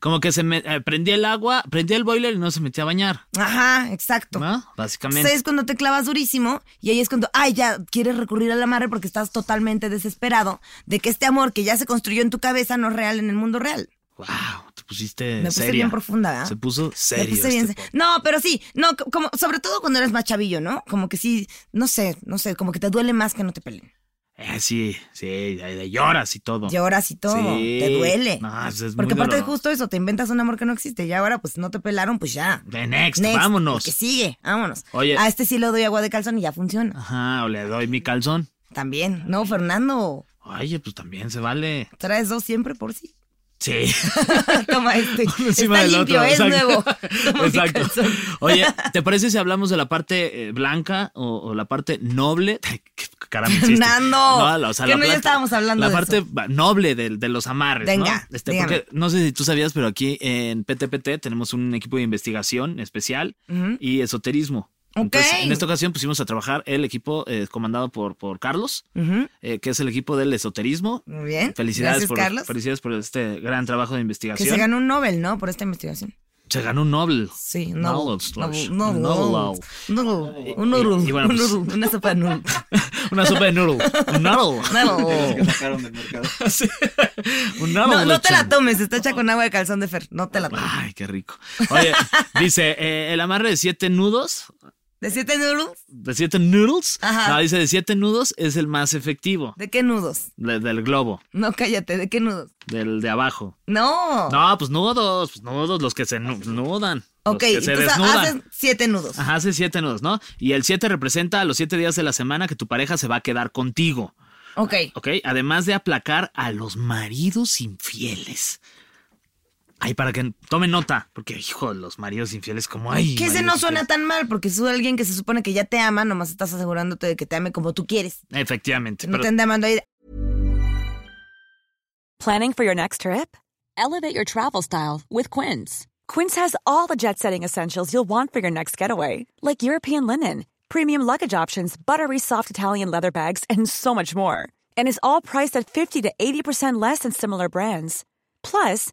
[SPEAKER 2] Como que se me, eh, prendía el agua, prendía el boiler y no se metía a bañar.
[SPEAKER 1] Ajá, exacto.
[SPEAKER 2] ¿no?
[SPEAKER 1] Entonces,
[SPEAKER 2] Básicamente.
[SPEAKER 1] Ahí es cuando te clavas durísimo y ahí es cuando, ay, ya quieres recurrir al amarre porque estás totalmente desesperado de que este amor que ya se construyó en tu cabeza no es real en el mundo real.
[SPEAKER 2] Wow, te pusiste
[SPEAKER 1] Me puse
[SPEAKER 2] seria.
[SPEAKER 1] bien profunda, ¿verdad?
[SPEAKER 2] Se puso
[SPEAKER 1] ¿Ah? Me
[SPEAKER 2] serio.
[SPEAKER 1] puse
[SPEAKER 2] este
[SPEAKER 1] bien se-
[SPEAKER 2] podcast.
[SPEAKER 1] no, pero sí, no, co- como, sobre todo cuando eres más chavillo, ¿no? Como que sí, no sé, no sé, como que te duele más que no te peleen.
[SPEAKER 2] Eh, sí, sí, de, de lloras y todo.
[SPEAKER 1] Lloras y todo,
[SPEAKER 2] Sí.
[SPEAKER 1] te duele.
[SPEAKER 2] No, eso es muy
[SPEAKER 1] porque aparte de
[SPEAKER 2] doloroso.
[SPEAKER 1] justo eso, te inventas un amor que no existe y ahora pues no te pelaron, pues ya.
[SPEAKER 2] De next,
[SPEAKER 1] Next,
[SPEAKER 2] vámonos.
[SPEAKER 1] el Que sigue, vámonos.
[SPEAKER 2] Oye.
[SPEAKER 1] A este sí le doy agua de calzón y ya funciona.
[SPEAKER 2] Ajá, o le doy mi calzón.
[SPEAKER 1] También, no, Fernando,
[SPEAKER 2] Oye, pues también se vale.
[SPEAKER 1] traes dos siempre por sí.
[SPEAKER 2] Sí.
[SPEAKER 1] Toma este.
[SPEAKER 2] Uno encima
[SPEAKER 1] Está
[SPEAKER 2] del
[SPEAKER 1] limpio,
[SPEAKER 2] otro,
[SPEAKER 1] es
[SPEAKER 2] exacto.
[SPEAKER 1] nuevo. Toma mi
[SPEAKER 2] Exacto.
[SPEAKER 1] calzón.
[SPEAKER 2] Oye, ¿te parece si hablamos de la parte eh, blanca o, o la parte noble? Ay, qué Caramba, hiciste.
[SPEAKER 1] Fernando,
[SPEAKER 2] o sea,
[SPEAKER 1] que no, ya
[SPEAKER 2] plata-
[SPEAKER 1] estábamos hablando
[SPEAKER 2] La
[SPEAKER 1] de
[SPEAKER 2] parte
[SPEAKER 1] eso.
[SPEAKER 2] ba- noble de, de los amarres.
[SPEAKER 1] Venga,
[SPEAKER 2] ¿no? Este,
[SPEAKER 1] dígame.
[SPEAKER 2] porque no sé si tú sabías, pero aquí en PTPT tenemos un equipo de investigación especial
[SPEAKER 1] Ujú.
[SPEAKER 2] y esoterismo.
[SPEAKER 1] Ok.
[SPEAKER 2] Entonces, en esta ocasión pusimos a trabajar el equipo eh, comandado por, por Carlos,
[SPEAKER 1] Ujú,
[SPEAKER 2] eh, que es el equipo del esoterismo.
[SPEAKER 1] Muy bien.
[SPEAKER 2] Felicidades,
[SPEAKER 1] Gracias,
[SPEAKER 2] por,
[SPEAKER 1] Carlos.
[SPEAKER 2] felicidades por este gran trabajo de
[SPEAKER 1] Que
[SPEAKER 2] investigación.
[SPEAKER 1] se ganó un Nobel, ¿no? Por esta investigación.
[SPEAKER 2] Se ganó un Nobel.
[SPEAKER 1] Sí,
[SPEAKER 2] Nobel,
[SPEAKER 1] Nobel.
[SPEAKER 2] Slash.
[SPEAKER 1] Nobel.
[SPEAKER 2] Nobel.
[SPEAKER 1] Nobel. Un
[SPEAKER 2] Y-
[SPEAKER 1] Nobel.
[SPEAKER 2] y bueno,
[SPEAKER 1] un
[SPEAKER 2] pues-
[SPEAKER 1] Nobel, Una sopa de Nobel.
[SPEAKER 2] Una sopa de noodle. Un noodle.
[SPEAKER 5] Los que
[SPEAKER 1] Nobel.
[SPEAKER 5] sacaron del mercado.
[SPEAKER 2] Sí. Un noodle
[SPEAKER 1] No, no te la
[SPEAKER 2] hecho.
[SPEAKER 1] tomes, está hecha con agua de calzón de Fer. No te la tomes.
[SPEAKER 2] Ay, qué rico. Oye, dice, eh, el amarre de siete nudos,
[SPEAKER 1] ¿De siete noodles?
[SPEAKER 2] de siete noodles,
[SPEAKER 1] Ajá.
[SPEAKER 2] no, dice de siete nudos es el más efectivo
[SPEAKER 1] ¿De qué nudos?
[SPEAKER 2] de- del globo,
[SPEAKER 1] No, cállate, ¿de qué nudos?
[SPEAKER 2] del de abajo.
[SPEAKER 1] No.
[SPEAKER 2] No, pues nudos, pues nudos, los que se nu- nudan.
[SPEAKER 1] ok,
[SPEAKER 2] los que se
[SPEAKER 1] entonces
[SPEAKER 2] desnudan. Ah.
[SPEAKER 1] haces siete nudos.
[SPEAKER 2] Ajá, hace siete nudos, ¿no? Y el siete representa los siete días de la semana que tu pareja se va a quedar contigo,
[SPEAKER 1] Ok.
[SPEAKER 2] ¿ok? Además de aplacar a los maridos infieles. Ay, para que tomen nota, porque hijo, los maridos infieles como ay.
[SPEAKER 1] Que ese
[SPEAKER 2] maridos
[SPEAKER 1] no suena
[SPEAKER 2] infieles.
[SPEAKER 1] tan mal, porque es alguien que se supone que ya te ama, nomás estás asegurándote de que te ame como tú quieres.
[SPEAKER 2] Efectivamente,
[SPEAKER 1] No
[SPEAKER 2] pero
[SPEAKER 1] te anda amando ahí. de,
[SPEAKER 7] Planning for your next trip? Elevate your travel style with Quince. Quince has all the jet setting essentials you'll want for your next getaway, like European linen, premium luggage options, buttery soft Italian leather bags, and so much more. And is all priced at 50 to 80% less than similar brands. Plus,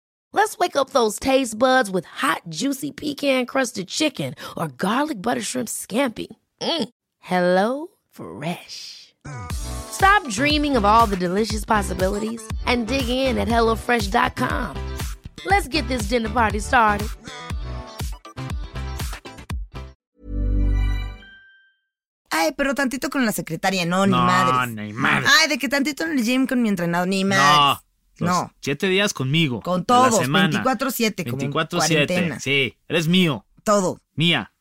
[SPEAKER 8] Let's wake up those taste buds with hot, juicy pecan crusted chicken or garlic butter shrimp scampi. Mm. Hello Fresh. Stop dreaming of all the delicious possibilities and dig in at HelloFresh.com. Let's get this dinner party started.
[SPEAKER 1] Ay, pero tantito con la secretaria, no, ni madres.
[SPEAKER 2] ni madres.
[SPEAKER 1] Ay, de que tantito en el gym con mi entrenador, ni madres.
[SPEAKER 2] No. los
[SPEAKER 1] No.
[SPEAKER 2] Siete días conmigo.
[SPEAKER 1] Con
[SPEAKER 2] de la
[SPEAKER 1] todos,
[SPEAKER 2] semana.
[SPEAKER 1] 24-7, como en
[SPEAKER 2] 24-7,
[SPEAKER 1] cuarentena.
[SPEAKER 2] Sí, eres mío,
[SPEAKER 1] Todo.
[SPEAKER 2] mía.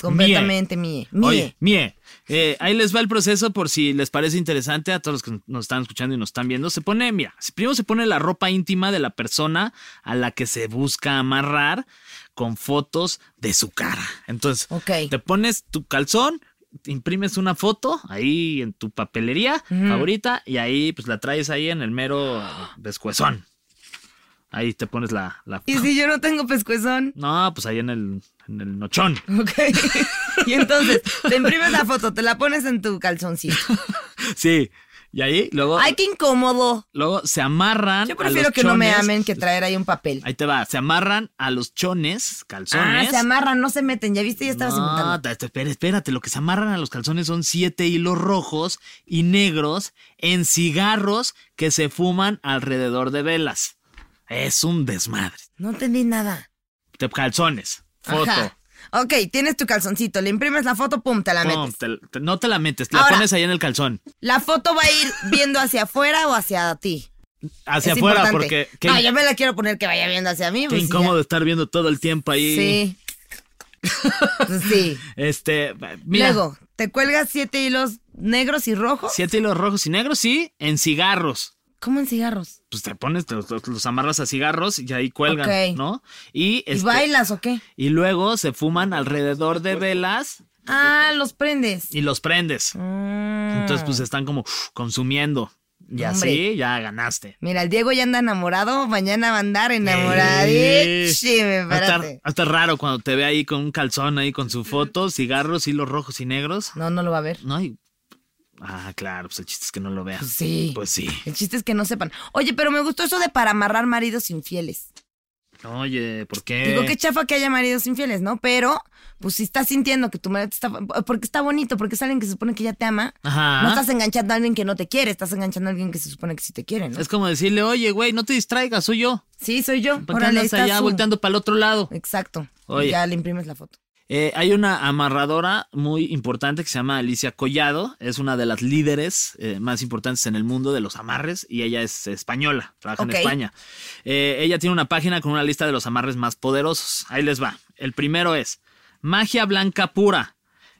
[SPEAKER 1] completamente mie. Mie.
[SPEAKER 2] Oye, Mie, eh, ahí les va el proceso por si les parece interesante a todos los que nos están escuchando y nos están viendo. Se pone, mira, primero se pone la ropa íntima de la persona a la que se busca amarrar con fotos de su cara. Entonces, te pones tu calzón, imprimes una foto ahí en tu papelería
[SPEAKER 1] Ujú.
[SPEAKER 2] favorita y ahí pues la traes ahí en el mero pescuezón. Ahí te pones la, la...
[SPEAKER 1] ¿Y si yo no tengo pescuezón?
[SPEAKER 2] No, pues ahí en el, en el nochón.
[SPEAKER 1] Ok. y entonces, te imprimes la foto, te la pones en tu calzoncito.
[SPEAKER 2] Sí. Y ahí luego,
[SPEAKER 1] Ay, qué incómodo.
[SPEAKER 2] luego se amarran.
[SPEAKER 1] Yo
[SPEAKER 2] a los
[SPEAKER 1] prefiero que no me
[SPEAKER 2] chones.
[SPEAKER 1] amen que traer ahí un papel.
[SPEAKER 2] Ahí te va. Se amarran a los chones,
[SPEAKER 1] Ah,
[SPEAKER 2] calzones.
[SPEAKER 1] se amarran, no se meten. Ya viste, ya estabas inventando.
[SPEAKER 2] No, te- te- espera, espérate, lo que se amarran a los calzones son siete hilos rojos y negros en cigarros que se fuman alrededor de velas. Es un desmadre.
[SPEAKER 1] No entendí nada.
[SPEAKER 2] Te- calzones, foto.
[SPEAKER 1] Ajá. Ok, tienes tu calzoncito, le imprimes la foto, pum, te la
[SPEAKER 2] Pum,
[SPEAKER 1] metes.
[SPEAKER 2] te- te- no te la metes, la
[SPEAKER 1] Ahora-
[SPEAKER 2] pones ahí en el calzón.
[SPEAKER 1] La foto va a ir viendo hacia afuera o hacia ti.
[SPEAKER 2] Hacia
[SPEAKER 1] Es
[SPEAKER 2] afuera,
[SPEAKER 1] importante.
[SPEAKER 2] porque qué,
[SPEAKER 1] No, yo me la quiero poner que vaya viendo hacia mí.
[SPEAKER 2] qué
[SPEAKER 1] pues, sí, ya.
[SPEAKER 2] incómodo estar viendo todo el tiempo ahí.
[SPEAKER 1] Sí. sí.
[SPEAKER 2] Este, mira,
[SPEAKER 1] Luego, te cuelgas siete hilos negros y rojos.
[SPEAKER 2] siete hilos rojos y negros, sí, en cigarros.
[SPEAKER 1] ¿Cómo en cigarros?
[SPEAKER 2] Pues te pones, te los, los- los amarras a cigarros y ahí cuelgan,
[SPEAKER 1] Ok.
[SPEAKER 2] ¿no? Y,
[SPEAKER 1] ¿Y
[SPEAKER 2] este,
[SPEAKER 1] bailas o qué?
[SPEAKER 2] y luego se fuman alrededor de velas
[SPEAKER 1] Ah, los prendes. Mm.
[SPEAKER 2] y los prendes. Entonces, pues están como uf, consumiendo. Y así
[SPEAKER 1] Hombre.
[SPEAKER 2] ya ganaste.
[SPEAKER 1] Mira, el Diego ya anda enamorado, mañana va a andar enamoradísime,
[SPEAKER 2] Va a estar-
[SPEAKER 1] espérate.
[SPEAKER 2] va a estar raro cuando te ve ahí con un calzón ahí con su foto, cigarros, hilos rojos y negros.
[SPEAKER 1] No, no lo va a ver.
[SPEAKER 2] No, y- Ah, claro, pues el chiste es que no lo veas.
[SPEAKER 1] Pues sí.
[SPEAKER 2] Pues sí.
[SPEAKER 1] El chiste es que no sepan. Oye, pero me gustó eso de para amarrar maridos infieles.
[SPEAKER 2] Oye, ¿por qué?
[SPEAKER 1] Digo, qué chafa que haya maridos infieles, ¿no? Pero, pues si estás sintiendo que tu marido te está... Porque está bonito, porque es alguien que se supone que ya te ama.
[SPEAKER 2] Ajá.
[SPEAKER 1] No estás enganchando a alguien que no te quiere, estás enganchando a alguien que se supone que sí te quiere, ¿no?
[SPEAKER 2] Es como decirle, oye, güey, no te distraigas, soy yo.
[SPEAKER 1] Sí, soy yo.
[SPEAKER 2] ¿Por qué
[SPEAKER 1] Órale, ahí
[SPEAKER 2] andas
[SPEAKER 1] está
[SPEAKER 2] allá
[SPEAKER 1] su-
[SPEAKER 2] volteando para el otro lado?
[SPEAKER 1] Exacto.
[SPEAKER 2] Oye.
[SPEAKER 1] Ya le imprimes la foto.
[SPEAKER 2] Eh, hay una amarradora muy importante que se llama Alicia Collado. Es una de las líderes eh, más importantes en el mundo de los amarres y ella es española, trabaja
[SPEAKER 1] Ok.
[SPEAKER 2] en España. Eh, ella tiene una página con una lista de los amarres más poderosos. Ahí les va. El primero es magia blanca pura.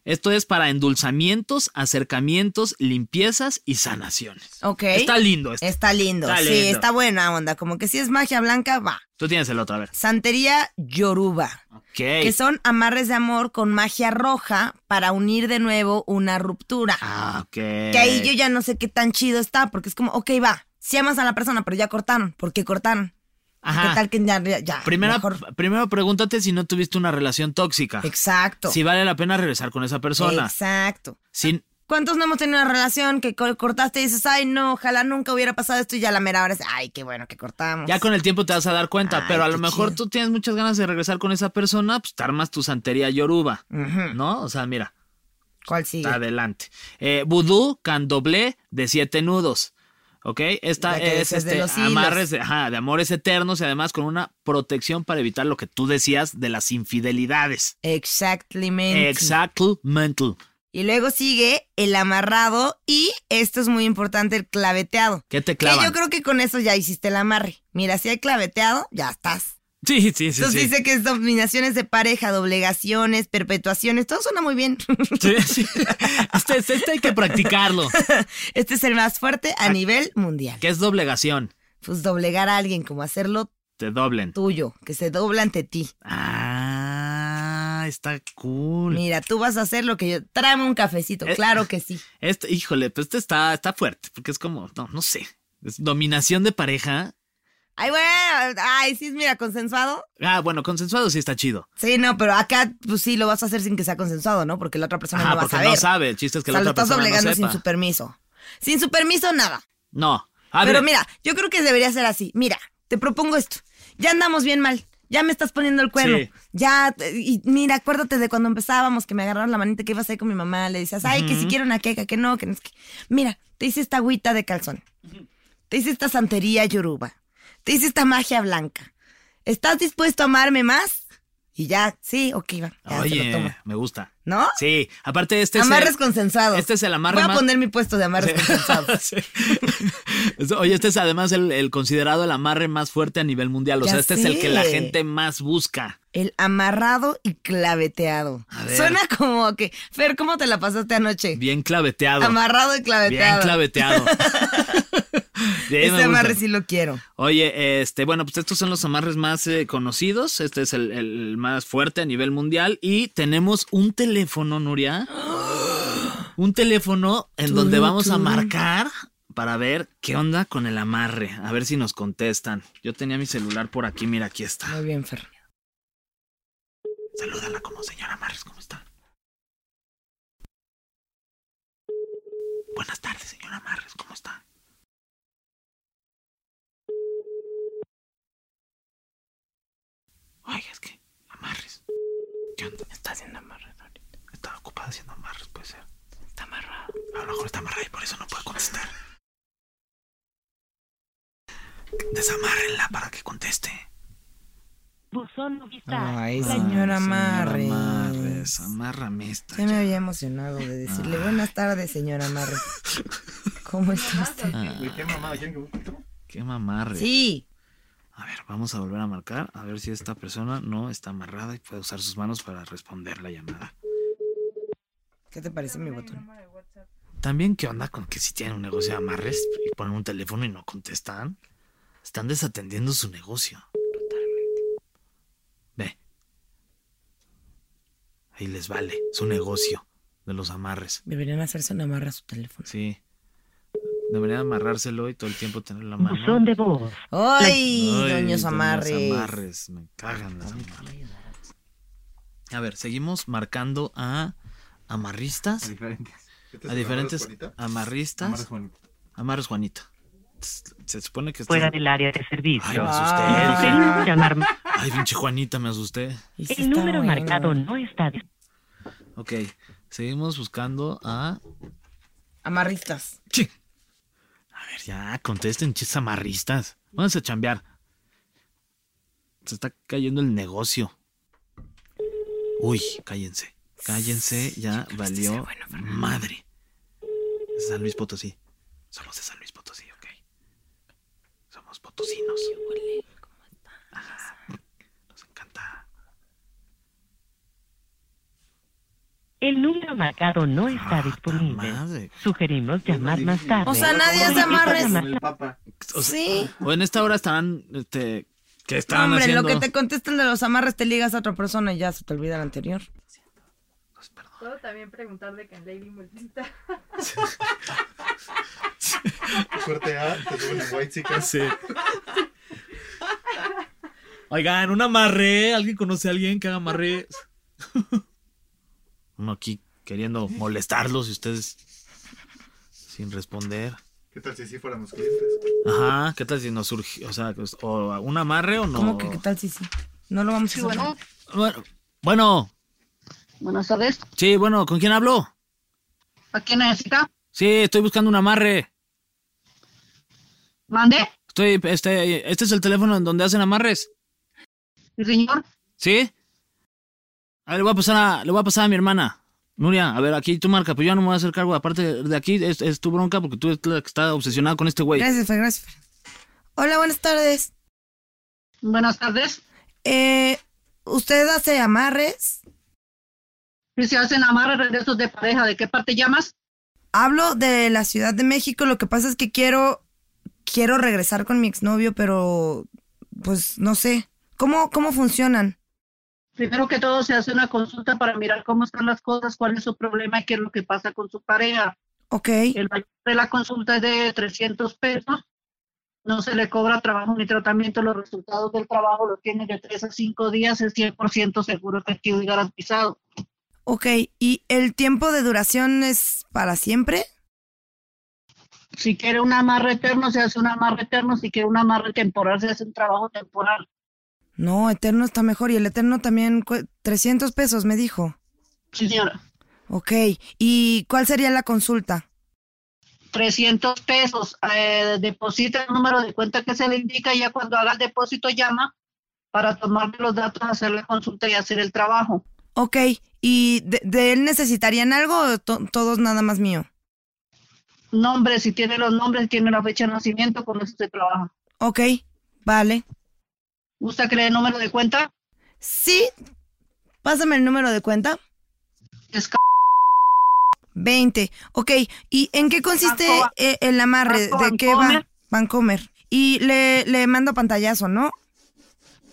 [SPEAKER 2] Esto es para endulzamientos, acercamientos, limpiezas y sanaciones.
[SPEAKER 1] Ok.
[SPEAKER 2] Está lindo esto.
[SPEAKER 1] Está lindo.
[SPEAKER 2] Está
[SPEAKER 1] sí,
[SPEAKER 2] lindo.
[SPEAKER 1] está buena onda. Como que si es magia blanca, va.
[SPEAKER 2] Tú tienes el otro, a ver.
[SPEAKER 1] Santería Yoruba.
[SPEAKER 2] Ok.
[SPEAKER 1] Que son amarres de amor con magia roja para unir de nuevo una ruptura.
[SPEAKER 2] Ah, ok.
[SPEAKER 1] Que ahí yo ya no sé qué tan chido está, porque es como, ok, va, si amas a la persona, pero ya cortaron. ¿Por qué cortaron? ¿Qué tal que ya, ya
[SPEAKER 2] Primera-
[SPEAKER 1] mejor?
[SPEAKER 2] primero ah, pregúntate si no tuviste una relación tóxica.
[SPEAKER 1] Exacto.
[SPEAKER 2] Si vale la pena regresar con esa persona.
[SPEAKER 1] Exacto.
[SPEAKER 2] Sin,
[SPEAKER 1] ¿Cuántos no hemos tenido una relación que co- cortaste y dices, ay, no, ojalá nunca hubiera pasado esto y ya la mera hora es, ay, qué bueno que cortamos?
[SPEAKER 2] ya con el tiempo te vas a dar cuenta,
[SPEAKER 1] Ay,
[SPEAKER 2] pero a
[SPEAKER 1] qué
[SPEAKER 2] lo mejor
[SPEAKER 1] chido.
[SPEAKER 2] tú tienes muchas ganas de regresar con esa persona, pues te armas tu santería yoruba,
[SPEAKER 1] Ujú.
[SPEAKER 2] ¿no? O sea, mira,
[SPEAKER 1] ¿Cuál sigue?
[SPEAKER 2] adelante. Eh, vudú, candoblé de siete nudos. ¿Ok? Esta
[SPEAKER 1] La que
[SPEAKER 2] es
[SPEAKER 1] decías de
[SPEAKER 2] este,
[SPEAKER 1] los hilos.
[SPEAKER 2] amarres de, ajá, de amores eternos y además con una protección para evitar lo que tú decías de las infidelidades.
[SPEAKER 1] Exactamente.
[SPEAKER 2] Exacto, mental.
[SPEAKER 1] Y luego sigue el amarrado y esto es muy importante, el claveteado.
[SPEAKER 2] ¿Qué te
[SPEAKER 1] Que
[SPEAKER 2] clavan?
[SPEAKER 1] yo creo que con eso ya hiciste el amarre. Mira, si hay claveteado, ya estás.
[SPEAKER 2] Sí, sí, sí.
[SPEAKER 1] Entonces
[SPEAKER 2] sí.
[SPEAKER 1] dice que es dominaciones de pareja, doblegaciones, perpetuaciones, todo suena muy bien.
[SPEAKER 2] Sí, sí. Este, este- este hay que practicarlo,
[SPEAKER 1] Este es el más fuerte a nivel mundial.
[SPEAKER 2] que es doblegación.
[SPEAKER 1] Pues doblegar a alguien, como hacerlo
[SPEAKER 2] Te doblen.
[SPEAKER 1] tuyo, que se dobla ante ti.
[SPEAKER 2] Ah, está cool.
[SPEAKER 1] Mira, tú vas a hacer lo que yo. Tráeme un cafecito,
[SPEAKER 2] Eh.
[SPEAKER 1] claro que sí.
[SPEAKER 2] Este, híjole, pues este está, está fuerte, porque es como, no, no sé. Es dominación de pareja.
[SPEAKER 1] Ay, bueno, ay, sí, mira, consensuado.
[SPEAKER 2] Ah, bueno, consensuado sí está chido.
[SPEAKER 1] Sí, no, pero acá, pues sí, lo vas a hacer sin que sea consensuado, ¿no? Porque la otra persona
[SPEAKER 2] Ajá,
[SPEAKER 1] no va a
[SPEAKER 2] porque
[SPEAKER 1] saber.
[SPEAKER 2] no sabe. El chiste es que
[SPEAKER 1] o sea,
[SPEAKER 2] la
[SPEAKER 1] lo
[SPEAKER 2] otra
[SPEAKER 1] estás
[SPEAKER 2] persona
[SPEAKER 1] obligando
[SPEAKER 2] no
[SPEAKER 1] sin
[SPEAKER 2] sepa.
[SPEAKER 1] su permiso. Sin su permiso, nada.
[SPEAKER 2] No. Abre.
[SPEAKER 1] Pero mira, yo creo que debería ser así. Mira, te propongo esto. Ya andamos bien mal. Ya me estás poniendo el cuerno.
[SPEAKER 2] Sí.
[SPEAKER 1] Ya, eh, y mira, acuérdate de cuando empezábamos que me agarraron la manita que ibas a ir con mi mamá. Le decías, ay, que si quiero una queca, que no, que no es que. Mira, te hice esta agüita de calzón. Te hice esta santería yoruba. Te hice esta magia blanca. ¿Estás dispuesto a amarme más? Y ya, sí, ok, va. ya, se lo
[SPEAKER 2] Oye,
[SPEAKER 1] toma.
[SPEAKER 2] me gusta.
[SPEAKER 1] ¿No?
[SPEAKER 2] Sí, aparte este
[SPEAKER 1] amarres
[SPEAKER 2] es el-
[SPEAKER 1] consensuados.
[SPEAKER 2] Este es el amarre
[SPEAKER 1] Voy a
[SPEAKER 2] más-
[SPEAKER 1] poner mi puesto de amarres consensuados.
[SPEAKER 2] Sí. Oye, este es además el, el considerado el amarre más fuerte a nivel mundial. O
[SPEAKER 1] Ya
[SPEAKER 2] sea, este es el que
[SPEAKER 1] sé.
[SPEAKER 2] la gente más busca.
[SPEAKER 1] El amarrado y claveteado.
[SPEAKER 2] ver.
[SPEAKER 1] Suena como que. Fer, ¿cómo te la pasaste anoche?
[SPEAKER 2] Bien claveteado.
[SPEAKER 1] Amarrado y claveteado.
[SPEAKER 2] Bien claveteado. Bien, me
[SPEAKER 1] Ese
[SPEAKER 2] gusta.
[SPEAKER 1] amarre sí lo quiero.
[SPEAKER 2] Oye, este, bueno, pues estos son los amarres más eh, conocidos. Este es el, el más fuerte a nivel mundial. Y tenemos un teléfono, Nuria. Un teléfono en donde vamos a marcar para ver qué onda con el amarre. A ver si nos contestan. Yo tenía mi celular por aquí, mira, aquí está.
[SPEAKER 1] Muy bien, Fer.
[SPEAKER 2] Salúdala como señora Marres, ¿cómo está? Buenas tardes, señora Marres, ¿cómo está? Oiga, es que amarres. ¿Qué onda? Está haciendo amarres ahorita. Está ocupada haciendo amarres, puede ser. Está amarrado. A lo mejor está amarrado y por eso no puede contestar. Desamárrenla para que conteste.
[SPEAKER 1] Ah, Ay, señor amarre.
[SPEAKER 2] Amarres, amárrame esta.
[SPEAKER 1] Ya me había emocionado de decirle
[SPEAKER 2] Ah.
[SPEAKER 1] buenas tardes, señor amarre. ¿Cómo está usted?
[SPEAKER 5] ¿Qué mamada quieren que busque?
[SPEAKER 2] Qué mamarre.
[SPEAKER 1] Sí.
[SPEAKER 2] A ver, vamos a volver a marcar, a ver si esta persona no está amarrada y puede usar sus manos para responder la llamada.
[SPEAKER 1] ¿Qué te parece mi botón?
[SPEAKER 2] También, ¿qué onda con que si tienen un negocio de amarres y ponen un teléfono y no contestan? Están desatendiendo su negocio. Ve. Ahí les vale, su negocio de los amarres.
[SPEAKER 1] Deberían hacerse un amarre a su teléfono.
[SPEAKER 2] Sí. Deberían amarrárselo y todo el tiempo tener la mano.
[SPEAKER 1] ¡Ay,
[SPEAKER 2] Ay,
[SPEAKER 1] doños
[SPEAKER 2] doños
[SPEAKER 1] amarres!
[SPEAKER 2] amarres, Me cagan las amarres. A ver, seguimos marcando a
[SPEAKER 5] A
[SPEAKER 2] diferentes
[SPEAKER 5] diferentes. Este es
[SPEAKER 2] a
[SPEAKER 5] el
[SPEAKER 2] diferentes
[SPEAKER 5] amarres
[SPEAKER 1] Ah.
[SPEAKER 5] Juanita.
[SPEAKER 2] amarristas.
[SPEAKER 5] Amarres Juanita.
[SPEAKER 2] Amarres Juanita. Se se supone que
[SPEAKER 9] fuera
[SPEAKER 2] estás-
[SPEAKER 9] del área de
[SPEAKER 2] Ay,
[SPEAKER 9] servicio.
[SPEAKER 2] me
[SPEAKER 9] Si
[SPEAKER 2] asusté.
[SPEAKER 9] quieres llamar,
[SPEAKER 2] Ay, pinche Juanita, me asusté.
[SPEAKER 1] Y sí
[SPEAKER 9] el
[SPEAKER 1] está
[SPEAKER 9] número
[SPEAKER 1] bueno.
[SPEAKER 9] marcado no está
[SPEAKER 2] Ok, seguimos buscando a.
[SPEAKER 1] Amarristas.
[SPEAKER 2] ¡Chin! A ver, ya, contesten, chis amarristas. Vamos a chambear. Se está cayendo el negocio. Uy, cállense. Cállense, ya
[SPEAKER 1] este
[SPEAKER 2] valió madre. Es San Luis Potosí. Somos de San Luis Potosí, ok. Somos potosinos. Ajá. Nos encanta.
[SPEAKER 9] El número marcado no está disponible.
[SPEAKER 2] Ah, Madre.
[SPEAKER 9] Sugerimos llamar más tarde.
[SPEAKER 1] O sea, nadie hace
[SPEAKER 9] Solicita
[SPEAKER 1] amarres.
[SPEAKER 9] llamar-
[SPEAKER 5] El papa.
[SPEAKER 2] O sea,
[SPEAKER 1] Sí.
[SPEAKER 2] O en esta hora estarán, este, ¿qué
[SPEAKER 1] No,
[SPEAKER 2] están
[SPEAKER 1] hombre,
[SPEAKER 2] haciendo?
[SPEAKER 1] lo que te contestan de los amarres te ligas a otra persona y ya se te olvida el anterior.
[SPEAKER 6] Puedo también preguntarle que en Lady Multita.
[SPEAKER 5] Suerte A, te suben en White Chicas.
[SPEAKER 2] Sí. Oigan, un amarre. ¿Alguien conoce a alguien que haga amarre? Uno aquí queriendo molestarlos y ustedes sin responder.
[SPEAKER 5] ¿Qué tal si sí fuéramos clientes?
[SPEAKER 2] Ajá, ¿qué tal si nos surge? O sea, pues, o un amarre o no.
[SPEAKER 1] ¿Cómo que qué tal si sí? No lo vamos a hacer.
[SPEAKER 2] Bueno, bueno,
[SPEAKER 10] Buenas tardes.
[SPEAKER 2] sí, bueno, ¿con quién hablo?
[SPEAKER 10] ¿A quién necesita?
[SPEAKER 2] Sí, estoy buscando un amarre.
[SPEAKER 10] ¿Mande?
[SPEAKER 2] Estoy, este, este es el teléfono en donde hacen amarres.
[SPEAKER 10] ¿El señor?
[SPEAKER 2] ¿Sí? A ver, le voy a pasar a, le voy a, pasar a mi hermana. Nuria, a ver, aquí tú marca, pues yo ya no me voy a hacer cargo. Aparte de aquí, es, es tu bronca porque tú eres la que está obsesionada con este güey.
[SPEAKER 1] Gracias, Fer, gracias. Fer. Hola, buenas tardes.
[SPEAKER 10] Buenas tardes.
[SPEAKER 1] Eh, ¿Usted hace amarres?
[SPEAKER 10] ¿Y se hacen amarres regresos de pareja? ¿De qué parte llamas?
[SPEAKER 1] Hablo de la Ciudad de México. Lo que pasa es que quiero, quiero regresar con mi exnovio, pero pues no sé. ¿Cómo, cómo funcionan?
[SPEAKER 10] Primero que todo, se hace una consulta para mirar cómo están las cosas, cuál es su problema y qué es lo que pasa con su pareja.
[SPEAKER 1] Ok.
[SPEAKER 10] El valor de la consulta es de 300 pesos. No se le cobra trabajo ni tratamiento. Los resultados del trabajo los tiene de 3 a 5 días. Es 100% seguro, efectivo y garantizado.
[SPEAKER 1] Ok, ¿y el tiempo de duración es para siempre?
[SPEAKER 10] Si quiere un amarre eterno, se hace un amarre eterno. Si quiere un amarre temporal, se hace un trabajo temporal.
[SPEAKER 1] No, Eterno está mejor y el Eterno también cue- 300 pesos, me dijo.
[SPEAKER 10] Sí, señora.
[SPEAKER 1] Ok, ¿y cuál sería la consulta?
[SPEAKER 10] 300 pesos, eh, deposita el número de cuenta que se le indica, ya cuando haga el depósito llama para tomarle los datos, hacerle consulta y hacer el trabajo.
[SPEAKER 1] Ok, ¿y de, de él necesitarían algo o to- todos nada más mío?
[SPEAKER 10] Nombres, si tiene los nombres, tiene la fecha de nacimiento, con eso se trabaja.
[SPEAKER 1] Ok, vale.
[SPEAKER 10] ¿Gusta que le dé número de cuenta?
[SPEAKER 1] Sí. Pásame el número de cuenta.
[SPEAKER 10] Es
[SPEAKER 1] 20. Ok, ¿y en qué consiste eh, el amarre?
[SPEAKER 10] Banco
[SPEAKER 1] ¿De qué va?
[SPEAKER 10] Bancomer.
[SPEAKER 1] Bancomer. Y le, le mando pantallazo, ¿no?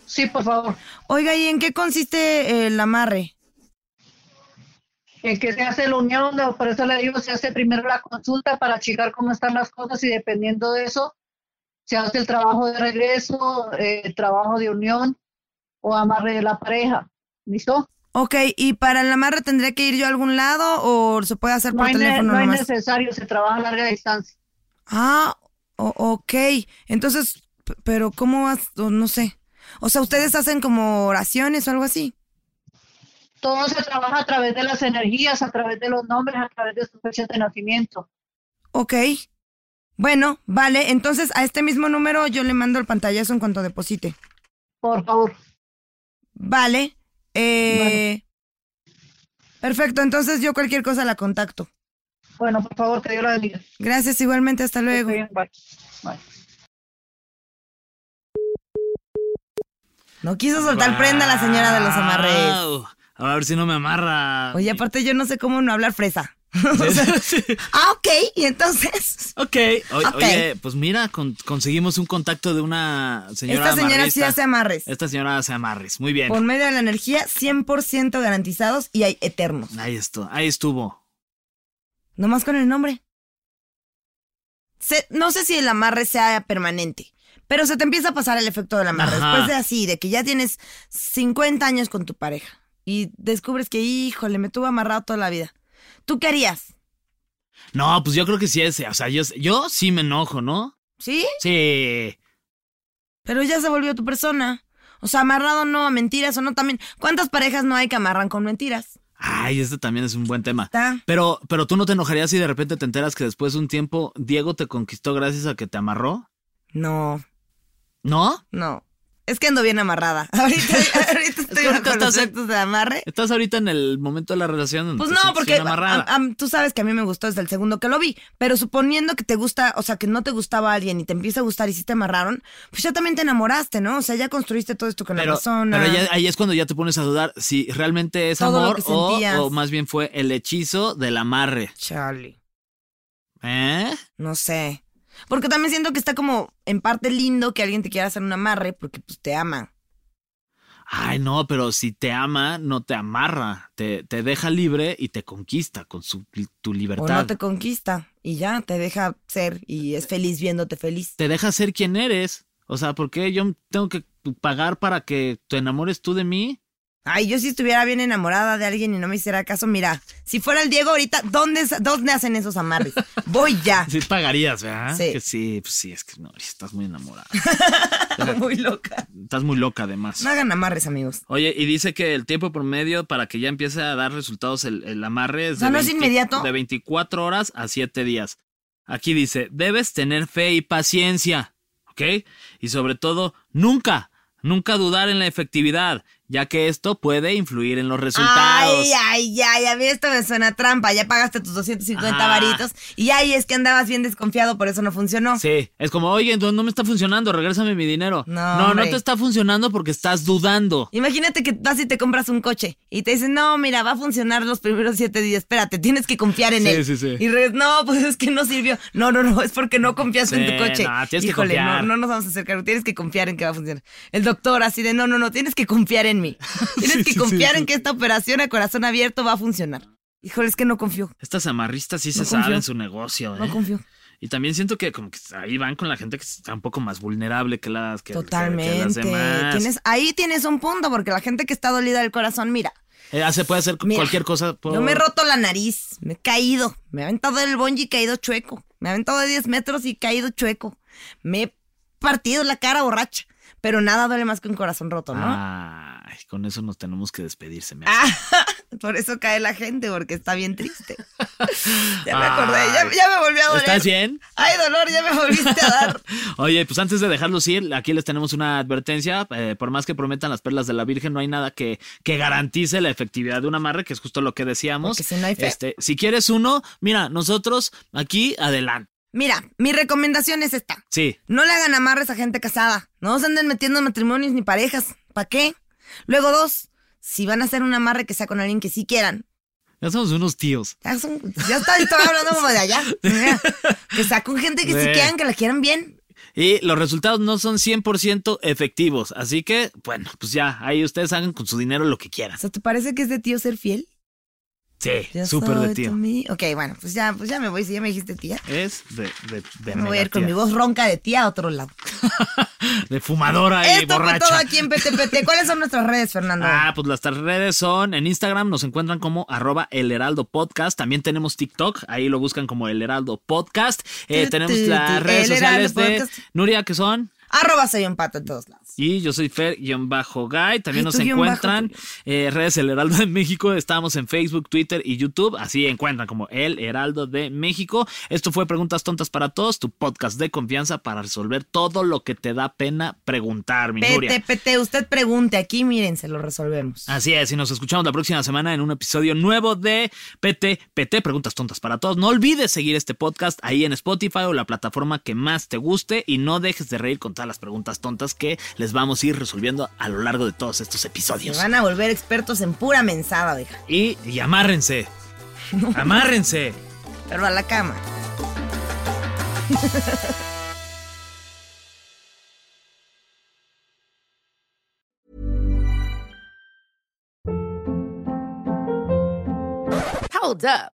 [SPEAKER 10] Sí, por favor.
[SPEAKER 1] Oiga, ¿y en qué consiste el amarre?
[SPEAKER 10] El que se hace la unión, no, por eso le digo, se hace primero la consulta para checar cómo están las cosas y dependiendo de eso, se hace el trabajo de regreso, eh, trabajo de unión o amarre de la pareja. ¿Listo?
[SPEAKER 1] Ok, ¿y para el amarre tendría que ir yo a algún lado o se puede hacer
[SPEAKER 10] No,
[SPEAKER 1] por
[SPEAKER 10] hay, ne-
[SPEAKER 1] teléfono
[SPEAKER 10] no es
[SPEAKER 1] nomás?
[SPEAKER 10] necesario, se trabaja a larga distancia.
[SPEAKER 1] Ah, o- ok. Entonces, p- ¿pero cómo has, o no sé? O sea, ¿ustedes hacen como oraciones o algo así?
[SPEAKER 10] Todo se trabaja a través de las energías, a través de los nombres, a través de su fecha de nacimiento.
[SPEAKER 1] Ok. Bueno, vale. Entonces, a este mismo número yo le mando el pantallazo en cuanto deposite.
[SPEAKER 10] Por favor.
[SPEAKER 1] Vale. Eh, Perfecto. Entonces, yo cualquier cosa la contacto.
[SPEAKER 10] Bueno, por favor, que Dios la bendiga.
[SPEAKER 1] Gracias, igualmente. Hasta luego. No quiso soltar prenda la señora de los amarres.
[SPEAKER 2] Au. A ver si no me amarra.
[SPEAKER 1] Oye, aparte, yo no sé cómo no hablar fresa. O sea, ah, ok. Y entonces.
[SPEAKER 2] Ok. O-
[SPEAKER 1] Ok.
[SPEAKER 2] Oye, pues mira, con- conseguimos un contacto de una señora
[SPEAKER 1] Esta señora sí
[SPEAKER 2] amarrista.
[SPEAKER 1] hace amarres.
[SPEAKER 2] Esta señora hace amarres. Muy bien.
[SPEAKER 1] Por medio de la energía, 100% garantizados y hay eternos.
[SPEAKER 2] Ahí estuvo. Ahí estuvo.
[SPEAKER 1] Nomás con el nombre. Se- no sé si el amarre sea permanente, pero se te empieza a pasar el efecto del amarre.
[SPEAKER 2] Ajá.
[SPEAKER 1] Después de así, de que ya tienes 50 años con tu pareja y descubres que, híjole, me tuve amarrado toda la vida. ¿Tú qué harías?
[SPEAKER 2] No, pues yo creo que sí es. O sea, yo, yo sí me enojo, ¿no?
[SPEAKER 1] ¿Sí?
[SPEAKER 2] Sí.
[SPEAKER 1] Pero ya se volvió tu persona. O sea, amarrado no a mentiras o no también. ¿Cuántas parejas no hay que amarran con mentiras?
[SPEAKER 2] Ay, este también es un buen tema.
[SPEAKER 1] Ta.
[SPEAKER 2] Pero, pero tú no te enojarías si de repente te enteras que después de un tiempo Diego te conquistó gracias a que te amarró.
[SPEAKER 1] No.
[SPEAKER 2] ¿No?
[SPEAKER 1] No. Es que ando bien amarrada. Ahorita, ahorita estoy
[SPEAKER 2] ahorita
[SPEAKER 1] con los
[SPEAKER 2] estás en-
[SPEAKER 1] efectos de amarre.
[SPEAKER 2] Estás ahorita en el momento de la relación. donde
[SPEAKER 1] Pues
[SPEAKER 2] te
[SPEAKER 1] no,
[SPEAKER 2] sientes
[SPEAKER 1] porque
[SPEAKER 2] bien amarrada.
[SPEAKER 1] am- am- tú sabes que a mí me gustó desde el segundo que lo vi, pero suponiendo que te gusta, o sea, que no te gustaba alguien y te empieza a gustar y sí te amarraron, pues ya también te enamoraste, ¿no? O sea, ya construiste todo esto con la
[SPEAKER 2] Pero,
[SPEAKER 1] persona.
[SPEAKER 2] pero ya- ahí es cuando ya te pones a dudar si realmente es
[SPEAKER 1] Todo lo
[SPEAKER 2] amor
[SPEAKER 1] que
[SPEAKER 2] o,
[SPEAKER 1] sentías.
[SPEAKER 2] o más bien fue el hechizo del amarre.
[SPEAKER 1] Charlie.
[SPEAKER 2] ¿Eh?
[SPEAKER 1] No sé. Porque también siento que está como en parte lindo que alguien te quiera hacer un amarre porque pues te ama.
[SPEAKER 2] Ay, no, pero si te ama, no te amarra. Te, te deja libre y te conquista con su, tu
[SPEAKER 1] O
[SPEAKER 2] libertad.
[SPEAKER 1] no te conquista y ya te deja ser y es feliz viéndote feliz.
[SPEAKER 2] Te deja ser quien eres. O sea, ¿por qué yo tengo que pagar para que te enamores tú de mí?
[SPEAKER 1] Ay, yo si estuviera bien enamorada de alguien y no me hiciera caso, mira, si fuera el Diego ahorita, ¿dónde, dónde hacen esos amarres? Voy ya.
[SPEAKER 2] Sí, pagarías, ¿verdad?
[SPEAKER 1] Sí.
[SPEAKER 2] Que sí, pues sí, es que no, estás muy enamorada.
[SPEAKER 1] muy loca.
[SPEAKER 2] Estás muy loca, además.
[SPEAKER 1] No hagan amarres, amigos.
[SPEAKER 2] Oye, y dice que el tiempo promedio para que ya empiece a dar resultados el, el amarre es,
[SPEAKER 1] O sea, ¿no es inmediato?
[SPEAKER 2] de 24 horas a 7 días. Aquí dice, debes tener fe y paciencia, ¿ok? Y sobre todo, nunca, nunca dudar en la efectividad, ya que esto puede influir en los resultados.
[SPEAKER 1] Ay, ay, ay, a mí esto me suena a trampa. Ya pagaste tus 250
[SPEAKER 2] Ah.
[SPEAKER 1] varitos y ay, es que andabas bien desconfiado, por eso no funcionó.
[SPEAKER 2] Sí, es como, oye, entonces no me está funcionando, regrésame mi dinero.
[SPEAKER 1] No,
[SPEAKER 2] no, no
[SPEAKER 1] hombre.
[SPEAKER 2] te está funcionando porque estás dudando.
[SPEAKER 1] Imagínate que vas y te compras un coche y te dicen, no, mira, va a funcionar los primeros siete días, espérate, tienes que confiar en
[SPEAKER 2] Sí,
[SPEAKER 1] él.
[SPEAKER 2] sí, sí.
[SPEAKER 1] Y re- no, pues es que no sirvió. No, no, no, es porque no confiaste en tu
[SPEAKER 2] Sí,
[SPEAKER 1] coche.
[SPEAKER 2] no, tienes que
[SPEAKER 1] Híjole,
[SPEAKER 2] confiar.
[SPEAKER 1] no, no nos vamos a acercar, tienes que confiar en que va a funcionar. El doctor así de, no, no, no, tienes que confiar en mí. Tienes
[SPEAKER 2] Sí,
[SPEAKER 1] que
[SPEAKER 2] sí, sí,
[SPEAKER 1] confiar
[SPEAKER 2] sí.
[SPEAKER 1] en que esta operación a corazón abierto va a funcionar. Híjole, es que no confío,
[SPEAKER 2] Estas amarristas sí
[SPEAKER 1] No
[SPEAKER 2] se
[SPEAKER 1] confío.
[SPEAKER 2] saben su negocio, ¿eh?
[SPEAKER 1] no confío.
[SPEAKER 2] Y también siento que como que ahí van con la gente que está un poco más vulnerable que las que, que- que las
[SPEAKER 1] Totalmente.
[SPEAKER 2] demás.
[SPEAKER 1] Tienes, ahí tienes un punto, porque la gente que está dolida del corazón, mira,
[SPEAKER 2] Eh, ah, se puede hacer
[SPEAKER 1] Mira,
[SPEAKER 2] cualquier cosa. por-
[SPEAKER 1] yo me he roto la nariz, me he caído, me he aventado del bonji y caído chueco, me he aventado de 10 metros y caído chueco, me he partido la cara borracha, pero nada duele más que un corazón roto, ¿no?
[SPEAKER 2] Ah, Ay, con eso nos tenemos que despedir, se me hace.
[SPEAKER 1] Ah, por eso cae la gente, porque está bien triste. Ya me acordé, ya, ya me volví a doler.
[SPEAKER 2] ¿Estás bien?
[SPEAKER 1] Ay, dolor, ya me volviste a dar.
[SPEAKER 2] Oye, pues antes de dejarlos ir, aquí les tenemos una advertencia. eh, por más que prometan las perlas de la Virgen, no hay nada que, que garantice la efectividad de un amarre, que es justo lo que decíamos.
[SPEAKER 1] Porque si no hay fe.
[SPEAKER 2] Este, si quieres uno, mira, nosotros aquí adelante.
[SPEAKER 1] Mira, mi recomendación es esta.
[SPEAKER 2] Sí.
[SPEAKER 1] No le hagan amarres a gente casada. No se anden metiendo en matrimonios ni parejas. ¿Para qué? Luego dos, si van a hacer un amarre que sea con alguien que sí quieran.
[SPEAKER 2] Ya somos unos tíos.
[SPEAKER 1] Ya, son- ya está, estoy hablando como de allá. Mira, que sea con gente que sí
[SPEAKER 2] Sí.
[SPEAKER 1] quieran, que la quieran bien.
[SPEAKER 2] Y los resultados no son 100% efectivos. Así que, bueno, pues ya, ahí ustedes hagan con su dinero lo que
[SPEAKER 1] O
[SPEAKER 2] quieran.
[SPEAKER 1] sea, ¿te parece que es de tío ser fiel?
[SPEAKER 2] Sí,
[SPEAKER 1] Ya
[SPEAKER 2] súper
[SPEAKER 1] soy
[SPEAKER 2] de
[SPEAKER 1] tu
[SPEAKER 2] tío.
[SPEAKER 1] mi- Ok, bueno, pues ya, pues ya me voy, si ya me dijiste tía.
[SPEAKER 2] Es de, de, de
[SPEAKER 1] Me voy a
[SPEAKER 2] mega
[SPEAKER 1] ir con
[SPEAKER 2] tía.
[SPEAKER 1] mi voz ronca de tía a otro lado.
[SPEAKER 2] De fumadora y
[SPEAKER 1] Esto fue
[SPEAKER 2] borracha.
[SPEAKER 1] todo aquí en PTPT. ¿Cuáles son nuestras redes, Fernando?
[SPEAKER 2] Ah, pues las tres redes son en Instagram nos encuentran como arroba el heraldo podcast. También tenemos TikTok, ahí lo buscan como el heraldo podcast. Eh,
[SPEAKER 1] Tu,
[SPEAKER 2] tenemos
[SPEAKER 1] tu, tu,
[SPEAKER 2] las redes
[SPEAKER 1] El Heraldo
[SPEAKER 2] sociales de
[SPEAKER 1] Podcast.
[SPEAKER 2] Nuria, que son.
[SPEAKER 1] Arroba soy un pato en todos lados.
[SPEAKER 2] Y yo soy Fer-Guy. También
[SPEAKER 1] Ay,
[SPEAKER 2] nos
[SPEAKER 1] tú guión bajo,
[SPEAKER 2] encuentran eh, redes El Heraldo de México. Estamos en Facebook, Twitter y YouTube. Así encuentran como El Heraldo de México. Esto fue Preguntas Tontas para Todos, tu podcast de confianza para resolver todo lo que te da pena preguntar, mi Nuria.
[SPEAKER 1] PTPT, usted pregunte aquí, miren, se lo resolvemos.
[SPEAKER 2] Así es, y nos escuchamos la próxima semana en un episodio nuevo de PT, PT, Preguntas Tontas para Todos. No olvides seguir este podcast ahí en Spotify o la plataforma que más te guste y no dejes de reír con todas las preguntas tontas que les vamos a ir resolviendo a lo largo de todos estos
[SPEAKER 1] Se
[SPEAKER 2] episodios.
[SPEAKER 1] van a volver expertos en pura mensada, oiga.
[SPEAKER 2] Y, y amárrense, amárrense.
[SPEAKER 1] Pero a la cama.
[SPEAKER 8] Hold up.